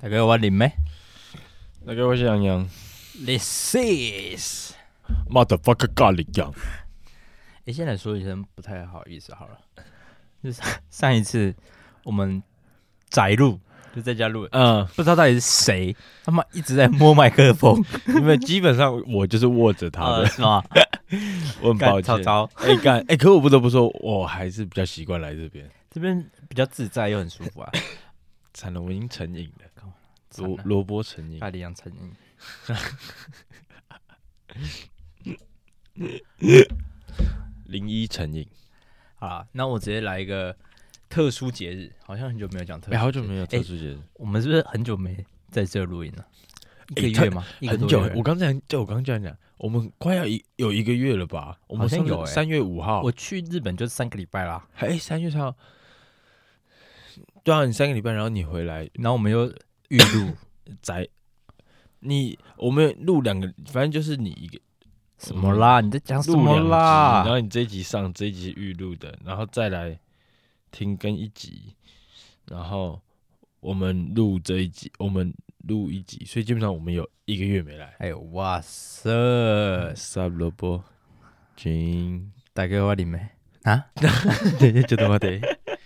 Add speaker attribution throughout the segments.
Speaker 1: 大家好，我林妹。
Speaker 2: 大家好，我是杨洋
Speaker 1: This is，
Speaker 2: ，motherfucker 咖喱酱。
Speaker 1: 哎、先来说一声不太好意思好了， 就是上上一次我们宅录就在家录，呃
Speaker 2: 嗯，
Speaker 1: 不知道到底是谁他妈一直在摸麦克 风，
Speaker 2: 因为基本上我就是握着它
Speaker 1: 呃
Speaker 2: 的，
Speaker 1: 是吗？
Speaker 2: 我很抱
Speaker 1: 干超
Speaker 2: 歉。
Speaker 1: 超，
Speaker 2: 哎干，哎，可我不得不说，我还是比较习惯来这边。
Speaker 1: 这边比较自在又很舒服啊。
Speaker 2: 惨了，我已经成瘾了，
Speaker 1: 惨
Speaker 2: 萝
Speaker 1: 了
Speaker 2: 萝卜成瘾。
Speaker 1: 大力杨成瘾。
Speaker 2: 零一成瘾。
Speaker 1: 好啦，那我直接来一个特殊节日，好像很久没有讲特殊节
Speaker 2: 哎，
Speaker 1: 日，
Speaker 2: 好久没有
Speaker 1: 哎
Speaker 2: 特殊节日，
Speaker 1: 我们是不是很久没在这录音了？一
Speaker 2: 哎
Speaker 1: 个
Speaker 2: 特
Speaker 1: 月吗？一个
Speaker 2: 很
Speaker 1: 多
Speaker 2: 久。
Speaker 1: 月
Speaker 2: 我刚才对我刚这样讲，我们快要一有一个月了吧？我
Speaker 1: 好
Speaker 2: 们
Speaker 1: 像
Speaker 2: 上次
Speaker 1: 有哎
Speaker 2: 三月五号
Speaker 1: 我，去日本就三个礼拜啦，
Speaker 2: 哎，三月三号。对啊，你三个礼拜，然后你回来
Speaker 1: 然后我们又预 录
Speaker 2: 宅，你我们录两个，反正就是你一个
Speaker 1: 什么啦？你在
Speaker 2: 啊
Speaker 1: 讲什么
Speaker 2: 然
Speaker 1: 啦？
Speaker 2: 后你这一集上，这一集预录的，然后再来停更一集，然后我们录这一集，我们录一集，所以基本上我们有一个月没来。
Speaker 1: 哎呦，哇塞！
Speaker 2: 萨萝卜，金，
Speaker 1: 大哥，我你们啊？
Speaker 2: 对对，就他妈的，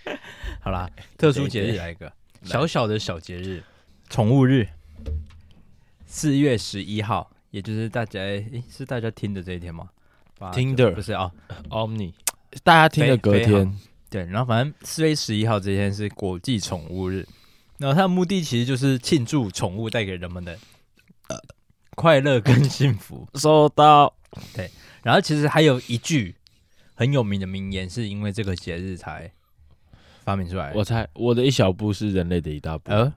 Speaker 1: 好啦，特殊节
Speaker 2: 对
Speaker 1: 日
Speaker 2: 对
Speaker 1: 来一个小小的小节日，宠物日，四月十一号，也就是大家诶是大家听的这一天吗？八九
Speaker 2: Tinder
Speaker 1: 不是啊、
Speaker 2: Omni，大家听的隔
Speaker 1: 飞飞
Speaker 2: 天，
Speaker 1: 对，然后反正四月十一号这天是国际宠物日，然后它的目的其实就是庆祝宠物带给人们的呃快乐跟幸福。
Speaker 2: 收到，
Speaker 1: 然后其实还有一句很有名的名言，是因为这个节日才发明出来的。
Speaker 2: 我猜我的一小步是人类的一大步。
Speaker 1: 呃，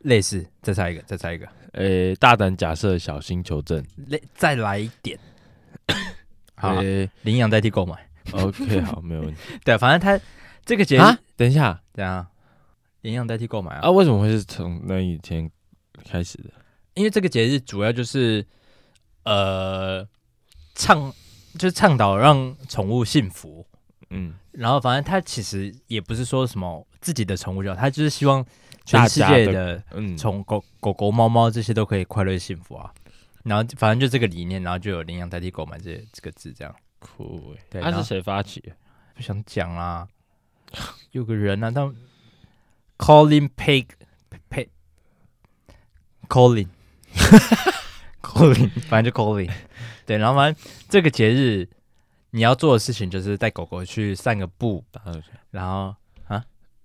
Speaker 1: 类似，再猜一个，再猜一个，
Speaker 2: 诶，大胆假设，小心求证。
Speaker 1: 类再来一 点。好啊，
Speaker 2: 诶
Speaker 1: 领养代替购买。
Speaker 2: ，OK，好，没有问题。
Speaker 1: 对，反正它这个节日
Speaker 2: 啊，等一下，
Speaker 1: 怎样？领养代替购买啊
Speaker 2: 啊，，为什么会是从那一天开始的？
Speaker 1: 因为这个节日主要就是呃倡就是倡导让宠物幸福，
Speaker 2: 嗯，
Speaker 1: 然后反正它其实也不是说什么自己的宠物就好，它就是希望全世
Speaker 2: 大家
Speaker 1: 界
Speaker 2: 的
Speaker 1: 的
Speaker 2: 嗯，
Speaker 1: 宠狗狗狗、猫猫这些都可以快乐幸福啊。然后反正就这个理念，然后就有领养代替购买这这个字，这样
Speaker 2: 酷欸
Speaker 1: 对
Speaker 2: 他
Speaker 1: 然
Speaker 2: 是
Speaker 1: 后
Speaker 2: 谁发起的？
Speaker 1: 不想讲 啦。有个人啊，他 Colin Pig Pig Colin Colin，反正就 Colin。对，然后反正这个节日你要做的事情就是带狗狗去散个步，
Speaker 2: 打算谁
Speaker 1: 然后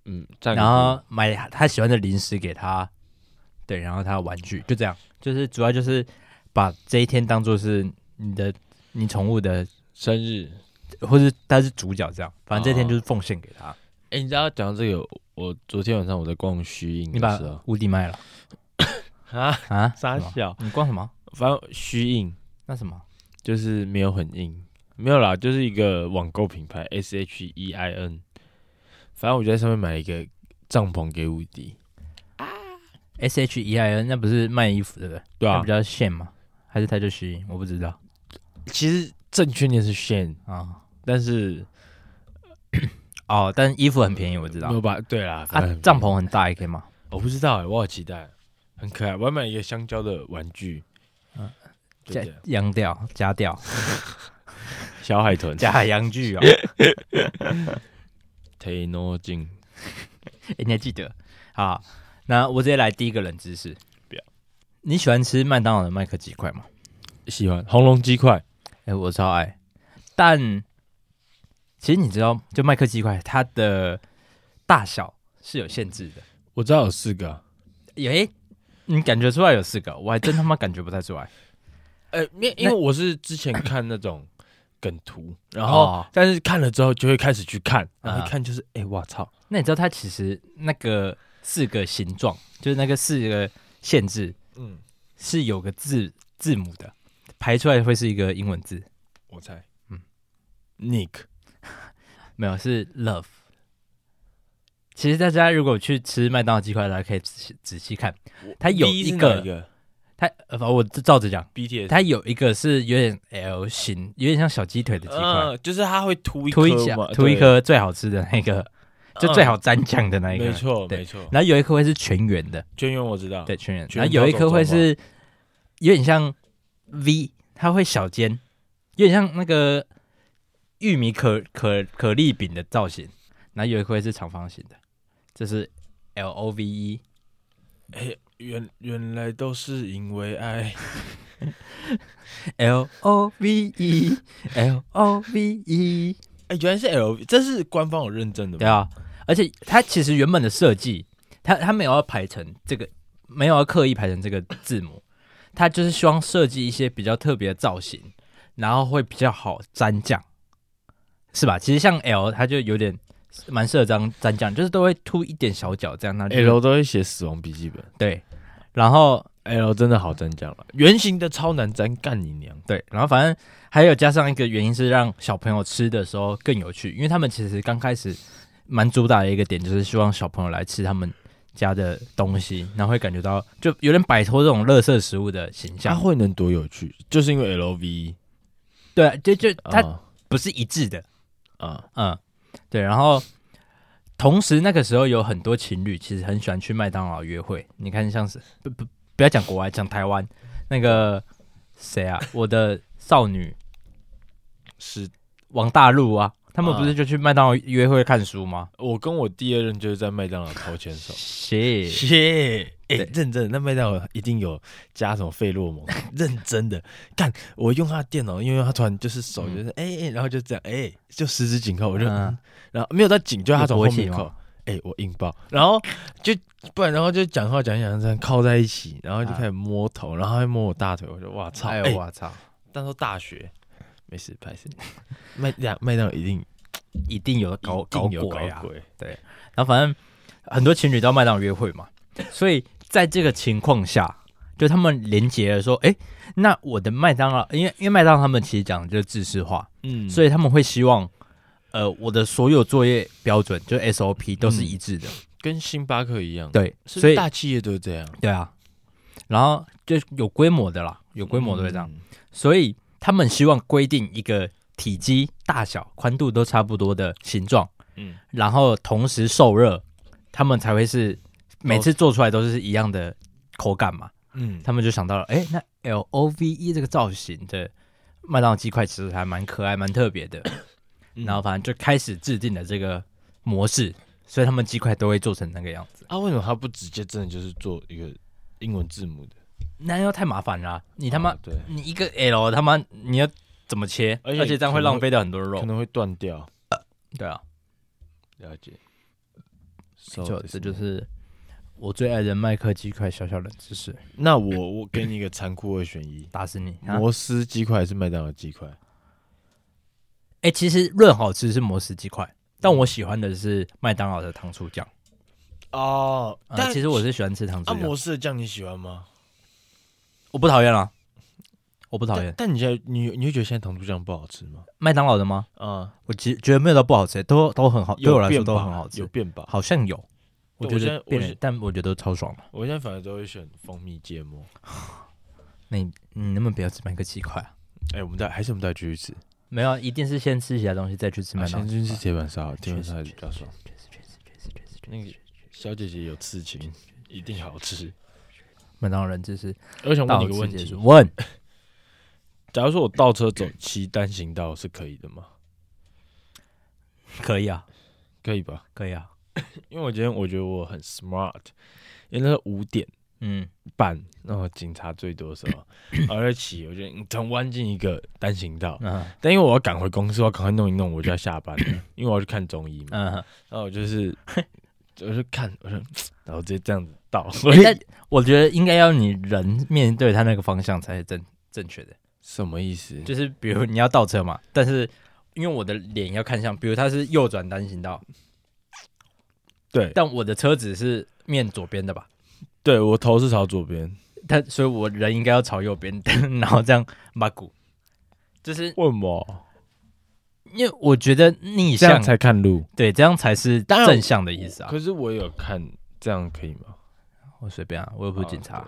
Speaker 2: 嗯，占个
Speaker 1: 然后买他喜欢的零食给他，对，然后他的玩具就这样，就是主要就是把这一天当做是你的你宠物的，
Speaker 2: 生日。
Speaker 1: 或是他是主角这样，反正这天
Speaker 2: 哦
Speaker 1: 就是奉献给他。
Speaker 2: 哎、你知道讲到这个，我昨天晚上我在逛虚影
Speaker 1: 你
Speaker 2: 的
Speaker 1: 把
Speaker 2: 时候
Speaker 1: 屋顶卖了
Speaker 2: 啊，
Speaker 1: 啊？什
Speaker 2: 傻
Speaker 1: 么
Speaker 2: 小，
Speaker 1: 你逛什么？
Speaker 2: 反正虚影
Speaker 1: 那什么？
Speaker 2: 就是没有很硬，没有啦，就是一个网购品牌 S H E I N，反正我就在上面买了一个帐篷给无敌，
Speaker 1: S H E I N 那不是卖衣服对不对？
Speaker 2: 对
Speaker 1: 那
Speaker 2: 啊
Speaker 1: 不，叫线吗？还是它就虚我不知道
Speaker 2: 其实正确念是 Shane，
Speaker 1: 啊。
Speaker 2: 但是
Speaker 1: 哦，但衣服很便宜，我知道
Speaker 2: 没有吧？嗯对啦，
Speaker 1: 啊
Speaker 2: 反正。
Speaker 1: 帐篷很大也可以吗？
Speaker 2: 我不知道哎、我好期待，很可爱。我还买一个香蕉的玩具，
Speaker 1: 嗯
Speaker 2: 就
Speaker 1: 加
Speaker 2: 这样
Speaker 1: 羊吊、加 吊、
Speaker 2: 小海豚
Speaker 1: 加羊具 哦。
Speaker 2: t e n o j i n
Speaker 1: 欸你还记得？好，那我直接来第一个冷知识。
Speaker 2: 不要，
Speaker 1: 你喜欢吃麦当劳的麦克鸡块吗？
Speaker 2: 喜欢红龙鸡块，
Speaker 1: 哎、我超爱。但其实你知道，就麦克鸡块，它的大小是有限制的。
Speaker 2: 我知道有四个啊。
Speaker 1: 有、欸，你感觉出来有四个，我还真他妈感觉不太出来。
Speaker 2: 呃，因因为我是之前看那种梗图，然后、
Speaker 1: 哦
Speaker 2: 但是看了之后就会开始去看，然后
Speaker 1: 啊
Speaker 2: 一看就是哎，我、操，
Speaker 1: 那你知道它其实那个四个形状，就是那个四个限制
Speaker 2: 嗯，
Speaker 1: 是有个字字母的，排出来会是一个英文字，
Speaker 2: 我猜，
Speaker 1: 嗯
Speaker 2: 嗯，Nick
Speaker 1: 没有，是 love。其实大家如果去吃麦当劳鸡块，大家可以仔细仔细看，它有
Speaker 2: B 是
Speaker 1: 一
Speaker 2: 哪
Speaker 1: 个
Speaker 2: 一个
Speaker 1: 它呃，我照着讲，
Speaker 2: BTS，
Speaker 1: 它有一个是有点 L 型，有点像小鸡腿的鸡块，
Speaker 2: 啊 呃嗯，就是它会凸一
Speaker 1: 凸一
Speaker 2: 颗
Speaker 1: 下
Speaker 2: 嘛
Speaker 1: 凸一
Speaker 2: 对啊
Speaker 1: 颗最好吃的那个，就最好沾酱的那一颗。
Speaker 2: 没错
Speaker 1: 对
Speaker 2: 没错。
Speaker 1: 然后有一颗会是全圆的，
Speaker 2: 娟娟我知道，
Speaker 1: 对，全圆。
Speaker 2: 全
Speaker 1: 然
Speaker 2: 圆
Speaker 1: 后有一颗会
Speaker 2: 包种
Speaker 1: 是有点像 V，它会小尖，有点像那个玉米可可可丽饼的造型。然后有一颗会是长方形的，这是 L O V E。
Speaker 2: 哎，原原来都是因为爱。
Speaker 1: L O V E L O V E，
Speaker 2: 哎，原来是 L，这是官方有认证的
Speaker 1: 对
Speaker 2: 吗？
Speaker 1: 啊，而且它其实原本的设计，它它没有要排成这个，没有要刻意排成这个字母，它就是希望设计一些比较特别的造型，然后会比较好沾酱，是吧？其实像 L，它就有点蛮适合沾沾酱，就是都会凸一点小角这样，那就
Speaker 2: L 都会写死亡笔记本
Speaker 1: 对，然后
Speaker 2: ，L 哎真的好沾酱了，圆形的超难沾，干你娘！
Speaker 1: 对，然后反正还有加上一个原因是让小朋友吃的时候更有趣，因为他们其实刚开始蛮主打的一个点就是希望小朋友来吃他们家的东西，然后会感觉到就有点摆脱这种垃圾食物的形
Speaker 2: 它
Speaker 1: 象。
Speaker 2: 会能多有趣，就是因为 L V
Speaker 1: 对，就就它
Speaker 2: 啊
Speaker 1: 不是一致的，
Speaker 2: 啊，
Speaker 1: 嗯，对。然后同时那个时候有很多情侣其实很喜欢去麦当劳约会，你看像是不不不要讲国外，讲台湾那个谁啊，我的少女
Speaker 2: 是
Speaker 1: 王大陆啊，他们
Speaker 2: 啊
Speaker 1: 不是就去麦当劳约会看书吗？
Speaker 2: 我跟我第二任就是在麦当劳掏牵手。
Speaker 1: 谢
Speaker 2: 切，哎、
Speaker 1: 对
Speaker 2: 认真的，那麦当劳一定有加什么费 洛蒙，认真的。干，我用他的电脑，因为他突然就是手就是哎哎、然后就这样，哎、就十指紧扣，我就，
Speaker 1: 嗯
Speaker 2: 然后没有到紧，就他从后面
Speaker 1: 有勃起
Speaker 2: 扣
Speaker 1: 吗，
Speaker 2: 哎、我硬爆，然后就不然，然后就讲话讲一讲，这样靠在一起，然后就开始摸头，然后还摸我大腿，我就哇操，
Speaker 1: 啊哎
Speaker 2: 哎、
Speaker 1: 呦我操，
Speaker 2: 当时大学，没事，拍事， 麦当麦当劳一定
Speaker 1: 一定有搞搞
Speaker 2: 一定有
Speaker 1: 鬼啊
Speaker 2: 搞！鬼，
Speaker 1: 然后反正很多情侣到麦当劳约会嘛， 所以在这个情况下，就他们连结了说，哎，那我的麦当劳，因为因为麦当劳他们其实讲的就是制式化，
Speaker 2: 嗯，
Speaker 1: 所以他们会希望。呃，我的所有作业标准就 SOP 都是
Speaker 2: 嗯
Speaker 1: 一致的，
Speaker 2: 跟星巴克一样，，
Speaker 1: 对，
Speaker 2: 是
Speaker 1: 所以
Speaker 2: 大企业都这样，
Speaker 1: 对啊，然后就有规模的啦，有规模的会这样，
Speaker 2: 嗯
Speaker 1: 所以他们希望规定一个体积、大小、宽度都差不多的形状，
Speaker 2: 嗯，
Speaker 1: 然后同时受热，他们才会是每次做出来都是一样的口感嘛。
Speaker 2: 嗯，
Speaker 1: 他们就想到了，哎，那 L O V E 这个造型的麦当劳鸡块其实还蛮可爱、蛮特别 的。
Speaker 2: 嗯
Speaker 1: 然后反正就开始制定了这个模式，所以他们鸡块都会做成那个样子。
Speaker 2: 啊，为什么他不直接真的就是做一个英文字母的？
Speaker 1: 那又太麻烦了啊、你他妈、
Speaker 2: 哦对，
Speaker 1: 你一个 L 他妈你要怎么切？
Speaker 2: 而
Speaker 1: 而
Speaker 2: 且
Speaker 1: 且这样会
Speaker 2: 可能
Speaker 1: 浪费掉很多
Speaker 2: 可
Speaker 1: 肉。
Speaker 2: 能会断掉。
Speaker 1: 对啊。
Speaker 2: 了解，
Speaker 1: 就
Speaker 2: So
Speaker 1: 这就是我最爱的麦克鸡块小小冷知识，
Speaker 2: 那我我给你一个残酷二选一：
Speaker 1: 打死你！哎、
Speaker 2: 摩斯鸡块还是麦当劳鸡块？
Speaker 1: 诶哎其实润好吃是摩斯鸡块，但
Speaker 2: 嗯
Speaker 1: 我喜欢的是麦当劳的糖醋酱。
Speaker 2: 哦，
Speaker 1: 呃，其实我是喜欢吃糖醋
Speaker 2: 啊，
Speaker 1: 酱，
Speaker 2: 摩斯的酱你喜欢吗？
Speaker 1: 我不讨厌啊，我不讨
Speaker 2: 但
Speaker 1: 厌
Speaker 2: 但你现在你你会觉得现在糖醋酱不好吃吗？
Speaker 1: 麦当劳的吗？
Speaker 2: 啊，
Speaker 1: 我觉觉得没有到不好吃，都都很好，对
Speaker 2: 有
Speaker 1: 我来说
Speaker 2: 变
Speaker 1: 都
Speaker 2: 吧
Speaker 1: 很好吃
Speaker 2: 有，变吧？
Speaker 1: 好像有。我
Speaker 2: 对我
Speaker 1: 觉
Speaker 2: 现在
Speaker 1: 得
Speaker 2: 我
Speaker 1: 变
Speaker 2: 是
Speaker 1: 了，但我觉得都超爽的。
Speaker 2: 我现在反而都会选蜂蜜芥末。
Speaker 1: 那你你能不能不要吃麦克鸡块啊？
Speaker 2: 哎，我们再还是我们再继续吃，
Speaker 1: 没有啊，一定是先吃其他东西再去吃
Speaker 2: 啊
Speaker 1: 麦当
Speaker 2: 先
Speaker 1: 劳。
Speaker 2: 去吃铁板烧，铁板
Speaker 1: 确实
Speaker 2: 烧还是比较爽。
Speaker 1: 确实确实确实确实确实
Speaker 2: 那个小姐姐有刺青，一定好吃。
Speaker 1: 麦当劳人就是
Speaker 2: 我想问
Speaker 1: 到
Speaker 2: 你一个
Speaker 1: 此
Speaker 2: 问
Speaker 1: 结
Speaker 2: 题
Speaker 1: 束。：问。
Speaker 2: 假如说我倒车走骑单行道是可以的吗？
Speaker 1: 可以啊，
Speaker 2: 可以吧？
Speaker 1: 可以啊，
Speaker 2: 因为我今天我觉得我很 smart，因为那是五点
Speaker 1: 嗯，
Speaker 2: 半，然后警察最多的时 候，然后就骑，我就嗯从弯进一个单行道。
Speaker 1: 嗯
Speaker 2: 但因为我要赶回公司，我要赶快弄一弄，我就要下班 了，因为我要去看中医嘛。
Speaker 1: 嗯，
Speaker 2: 然后我 就是，我就看，我就，然后直接这样子倒，我
Speaker 1: 但我觉得应该要你人面对他那个方向才是正正确的，
Speaker 2: 什么意思？
Speaker 1: 就是比如你要倒车嘛，但是因为我的脸要看向，比如他是右转单行道，
Speaker 2: 对
Speaker 1: 但我的车子是面左边的吧，
Speaker 2: 对，我头是朝左边，
Speaker 1: 他所以我人应该要朝右边， 然后这样把鼓，就是
Speaker 2: 为什么？
Speaker 1: 因为我觉得逆
Speaker 2: 这
Speaker 1: 向
Speaker 2: 样才看路。
Speaker 1: 对这样才是
Speaker 2: 当然我
Speaker 1: 正向的意思啊，
Speaker 2: 可是我有看，这样可以吗？
Speaker 1: 我随便啊，我又不是警察，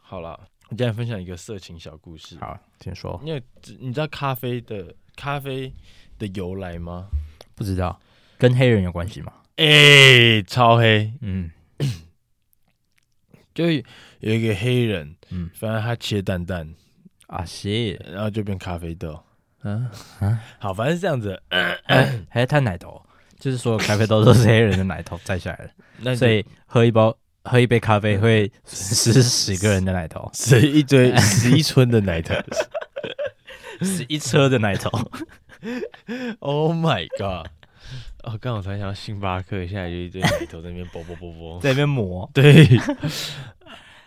Speaker 2: 好啦，我今天分享一个色情小故事。
Speaker 1: 好，请说，
Speaker 2: 你有知你知道咖啡的咖啡的由来吗？
Speaker 1: 不知道，跟黑人有关系吗？
Speaker 2: 哎、超黑，
Speaker 1: 嗯
Speaker 2: 就有一个黑人，
Speaker 1: 嗯
Speaker 2: 反正他切蛋蛋，
Speaker 1: 啊，是，
Speaker 2: 然后就变咖啡豆。
Speaker 1: 嗯、
Speaker 2: 好，反正是这样子。
Speaker 1: 还还探奶头，就是所有咖啡豆都是黑人的奶头摘下 来的，
Speaker 2: 那
Speaker 1: 所以喝一包喝一杯咖啡会损失十个人的奶头，
Speaker 2: 是 一堆十一寸的奶头。
Speaker 1: 是一车的奶头。
Speaker 2: Oh my god！哦，刚好才想到星巴克，现在有一堆奶 头在那边 啵啵啵啵。
Speaker 1: 在那边磨，
Speaker 2: 对，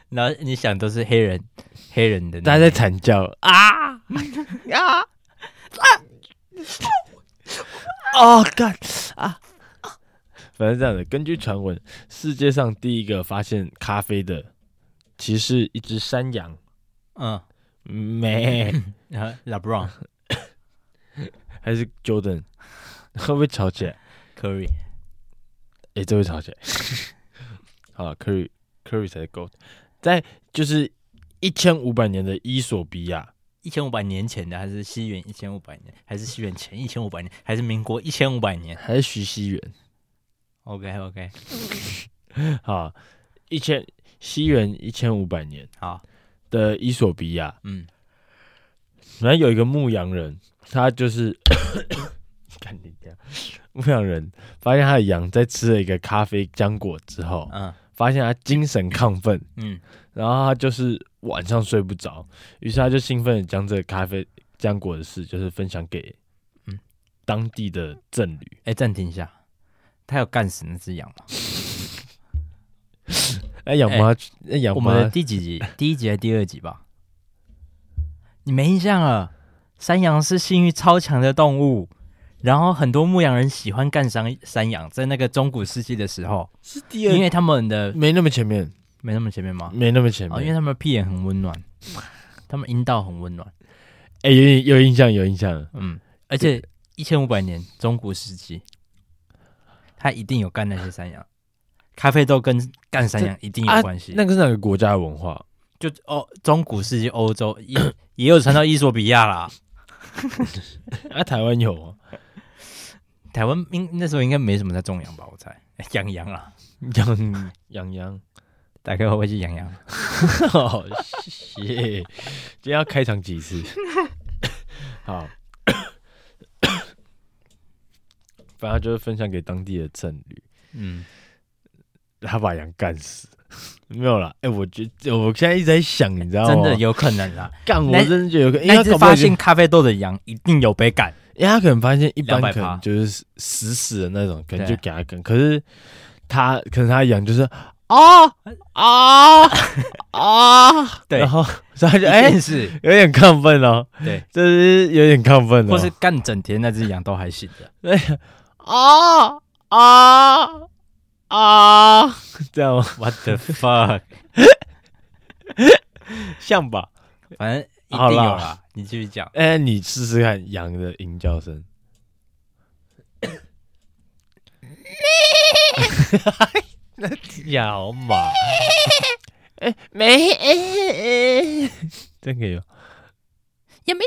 Speaker 1: 然后你想都是黑人，黑人的那
Speaker 2: 大家
Speaker 1: 个
Speaker 2: 在惨叫啊 啊啊！哦干啊！反正这样的，根据传闻，世界上第一个发现咖啡的，其实是一只山羊。
Speaker 1: 嗯，
Speaker 2: 没，
Speaker 1: 然后 LeBron
Speaker 2: 还是 Jordan，会不会吵起来？
Speaker 1: Curry
Speaker 2: 诶，这会吵起来。好了，Curry Curry 才是 GOAT，在就是一千五百年的伊索比亚，
Speaker 1: 一千五百年前的，还是西元一千五百年，还是西元前一千五百年，还是民国一千五百年
Speaker 2: 还是徐熙媛？
Speaker 1: ？OK OK，
Speaker 2: 好，一千西元一千五百年
Speaker 1: 好，
Speaker 2: 的伊索比亚，
Speaker 1: 嗯，
Speaker 2: 然后有一个牧羊人，他就是 看你这样，牧羊人发现他的羊在吃了一个咖啡浆果之后，
Speaker 1: 嗯
Speaker 2: 发现他精神亢奋，
Speaker 1: 嗯
Speaker 2: 然后他就是晚上睡不着，于是他就兴奋的将这个咖啡浆果的事，就是分享给
Speaker 1: 嗯
Speaker 2: 当地的镇旅。
Speaker 1: 哎，暂停一下，他有干死那只羊吗？
Speaker 2: 哎，养妈，哎，养
Speaker 1: 我们的
Speaker 2: 妈，
Speaker 1: 第几集？第一集还是第二集吧？你没印象了？山羊是性欲超强的动物，然后很多牧羊人喜欢干山山羊，在那个中古世纪的时候，
Speaker 2: 是第
Speaker 1: 因为他们的
Speaker 2: 没那么前面，
Speaker 1: 没那么前面吗？
Speaker 2: 没那么前
Speaker 1: 哦，因为
Speaker 2: 面。
Speaker 1: 他们的屁眼很温暖，他们阴道很温暖，
Speaker 2: 哎，有印有印象，有印象了。
Speaker 1: 嗯，而且一千五百年中古世纪，他一定有干那些山羊，咖啡豆跟干山羊一定有关系。
Speaker 2: 啊那个是哪个国家的文化？
Speaker 1: 就哦，中古世纪欧洲 也也有传到伊索比亚啦，
Speaker 2: 啊，台湾有啊，
Speaker 1: 台湾应那时候应该没什么在种羊吧，我猜哎养羊啦，
Speaker 2: 养养羊。
Speaker 1: 大概会不会去养羊？
Speaker 2: 好，哦谢。今天要开场 几次？好， 反正就是分享给当地的镇旅。
Speaker 1: 嗯，
Speaker 2: 他把羊干死。没有啦，哎、我觉得我现在一直在想，你知道吗？
Speaker 1: 真的有可能啦。
Speaker 2: 干，我
Speaker 1: 那
Speaker 2: 真的觉得有个，嗯因
Speaker 1: 那
Speaker 2: 为他
Speaker 1: 只
Speaker 2: 搞不好
Speaker 1: 发
Speaker 2: 已经
Speaker 1: 现咖啡豆的羊一定有被 干，
Speaker 2: 因为他可能发现一般
Speaker 1: 200%
Speaker 2: 可能就是死死死的那种，可能
Speaker 1: 对
Speaker 2: 就给他干。可是他可能他养就是啊啊啊，
Speaker 1: 对
Speaker 2: 然后所以他就哎、
Speaker 1: 一定 是
Speaker 2: 有点亢奋哦，
Speaker 1: 对，
Speaker 2: 就是有点亢奋哦，
Speaker 1: 或是哎干整天那只羊都还行的。
Speaker 2: 啊啊啊， 这样吗？
Speaker 1: What the fuck？
Speaker 2: 像吧？
Speaker 1: 反正一定
Speaker 2: 好
Speaker 1: 有
Speaker 2: 啦
Speaker 1: 啦，你继续讲。
Speaker 2: 哎、你试试看羊的吟叫 声。
Speaker 1: 咬马，
Speaker 2: 哎、没，哎、 真可以吗？
Speaker 1: 也没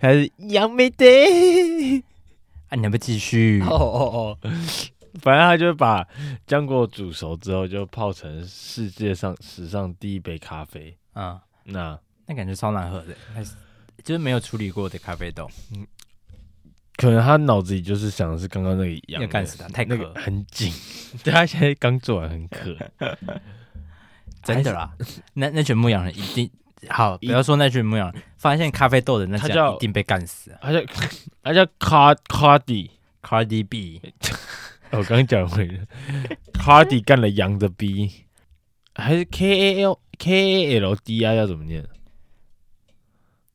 Speaker 2: 还是杨梅得？
Speaker 1: 啊，你要不要继续？
Speaker 2: 哦哦哦，反正他就把浆果煮熟之后，就泡成世界上史上第一杯咖啡。
Speaker 1: 嗯，
Speaker 2: 那
Speaker 1: 那感觉超难喝的，还是就是没有处理过的咖啡豆，
Speaker 2: 可能他脑子里就是想的是刚刚那个羊
Speaker 1: 要干死它，太
Speaker 2: 那
Speaker 1: 渴
Speaker 2: 个
Speaker 1: 了，
Speaker 2: 很紧，对他现在刚做完很渴，
Speaker 1: 真的啦。 那那群牧羊人一定好，不要说那群牧羊人，发现咖啡豆的那
Speaker 2: 他
Speaker 1: 家
Speaker 2: 叫
Speaker 1: 一定被干死。
Speaker 2: 他叫他叫卡卡 迪，
Speaker 1: Cardi B，
Speaker 2: 哦我刚刚讲回了，卡迪干了羊的 B，还是 K A L K A L D 啊？要怎么念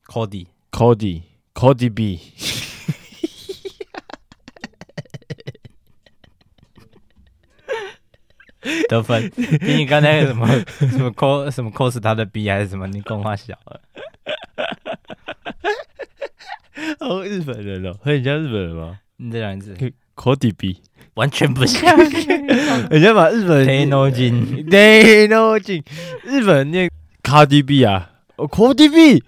Speaker 1: Cody，
Speaker 2: ？Cody Cody B，
Speaker 1: 得分，比你刚才那个什么 什么 cos 什么 cos 他的 B 还是什么，你更花小。
Speaker 2: 哦，日本人哦，很像日本人吗
Speaker 1: 你这两只
Speaker 2: ？Cody B，
Speaker 1: 完全不 像。
Speaker 2: 人家把日本
Speaker 1: t e
Speaker 2: 人
Speaker 1: n o j i n
Speaker 2: Day No 进，日本人念 Cody B 啊哦，Cody B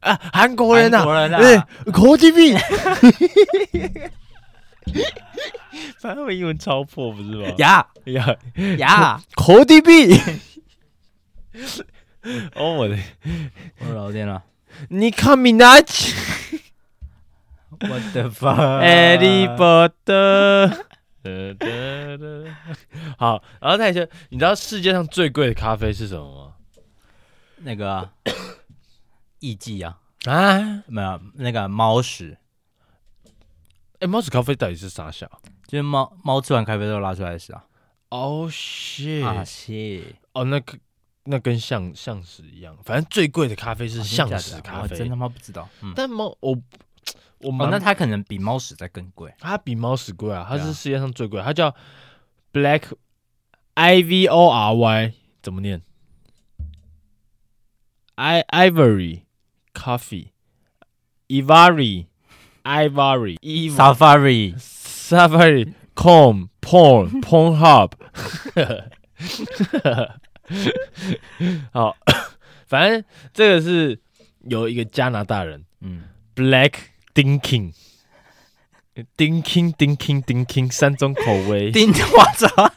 Speaker 2: 啊，韩国人
Speaker 1: 韩
Speaker 2: 呐，
Speaker 1: 国人啊
Speaker 2: 对，Cody B，反正我英文超破，不是吗？
Speaker 1: 呀
Speaker 2: 呀
Speaker 1: 呀！
Speaker 2: 口地币。哦我的，
Speaker 1: 我老天啊了
Speaker 2: 你看米娜奇，
Speaker 1: ，What the fuck？
Speaker 2: 艾利波特。 哒哒哒好，然后再说，你知道世界上最贵的咖啡是什么
Speaker 1: 那个啊艺妓啊，
Speaker 2: 吗？啊，
Speaker 1: 没有那个猫屎，
Speaker 2: 哎，猫屎咖啡到底是啥小？
Speaker 1: 就是猫猫吃完咖啡豆拉出来的屎啊。
Speaker 2: 哦、shit！
Speaker 1: 啊是，
Speaker 2: 哦，那个那跟橡橡石一样，反正最贵的咖啡是
Speaker 1: 啊
Speaker 2: 橡
Speaker 1: 真的假
Speaker 2: 石
Speaker 1: 的
Speaker 2: 咖
Speaker 1: 我
Speaker 2: 啡。
Speaker 1: 真他妈不知道。嗯，
Speaker 2: 但猫我
Speaker 1: 哦
Speaker 2: 我蛮、，
Speaker 1: 那它可能比猫屎再更贵。
Speaker 2: 它比猫屎贵啊，它
Speaker 1: 对啊
Speaker 2: 是世界上最贵，它叫 Black I V O R Y，怎么念？I Ivory Coffee Ivory Ivory Ivory
Speaker 1: Safari
Speaker 2: Safari Com Porn Porn Hub 。 好，反正这个是有一个加拿大人，
Speaker 1: 嗯，
Speaker 2: Black Dinking。Dinking Dinking Dinking 三种口味，
Speaker 1: 叮，我操！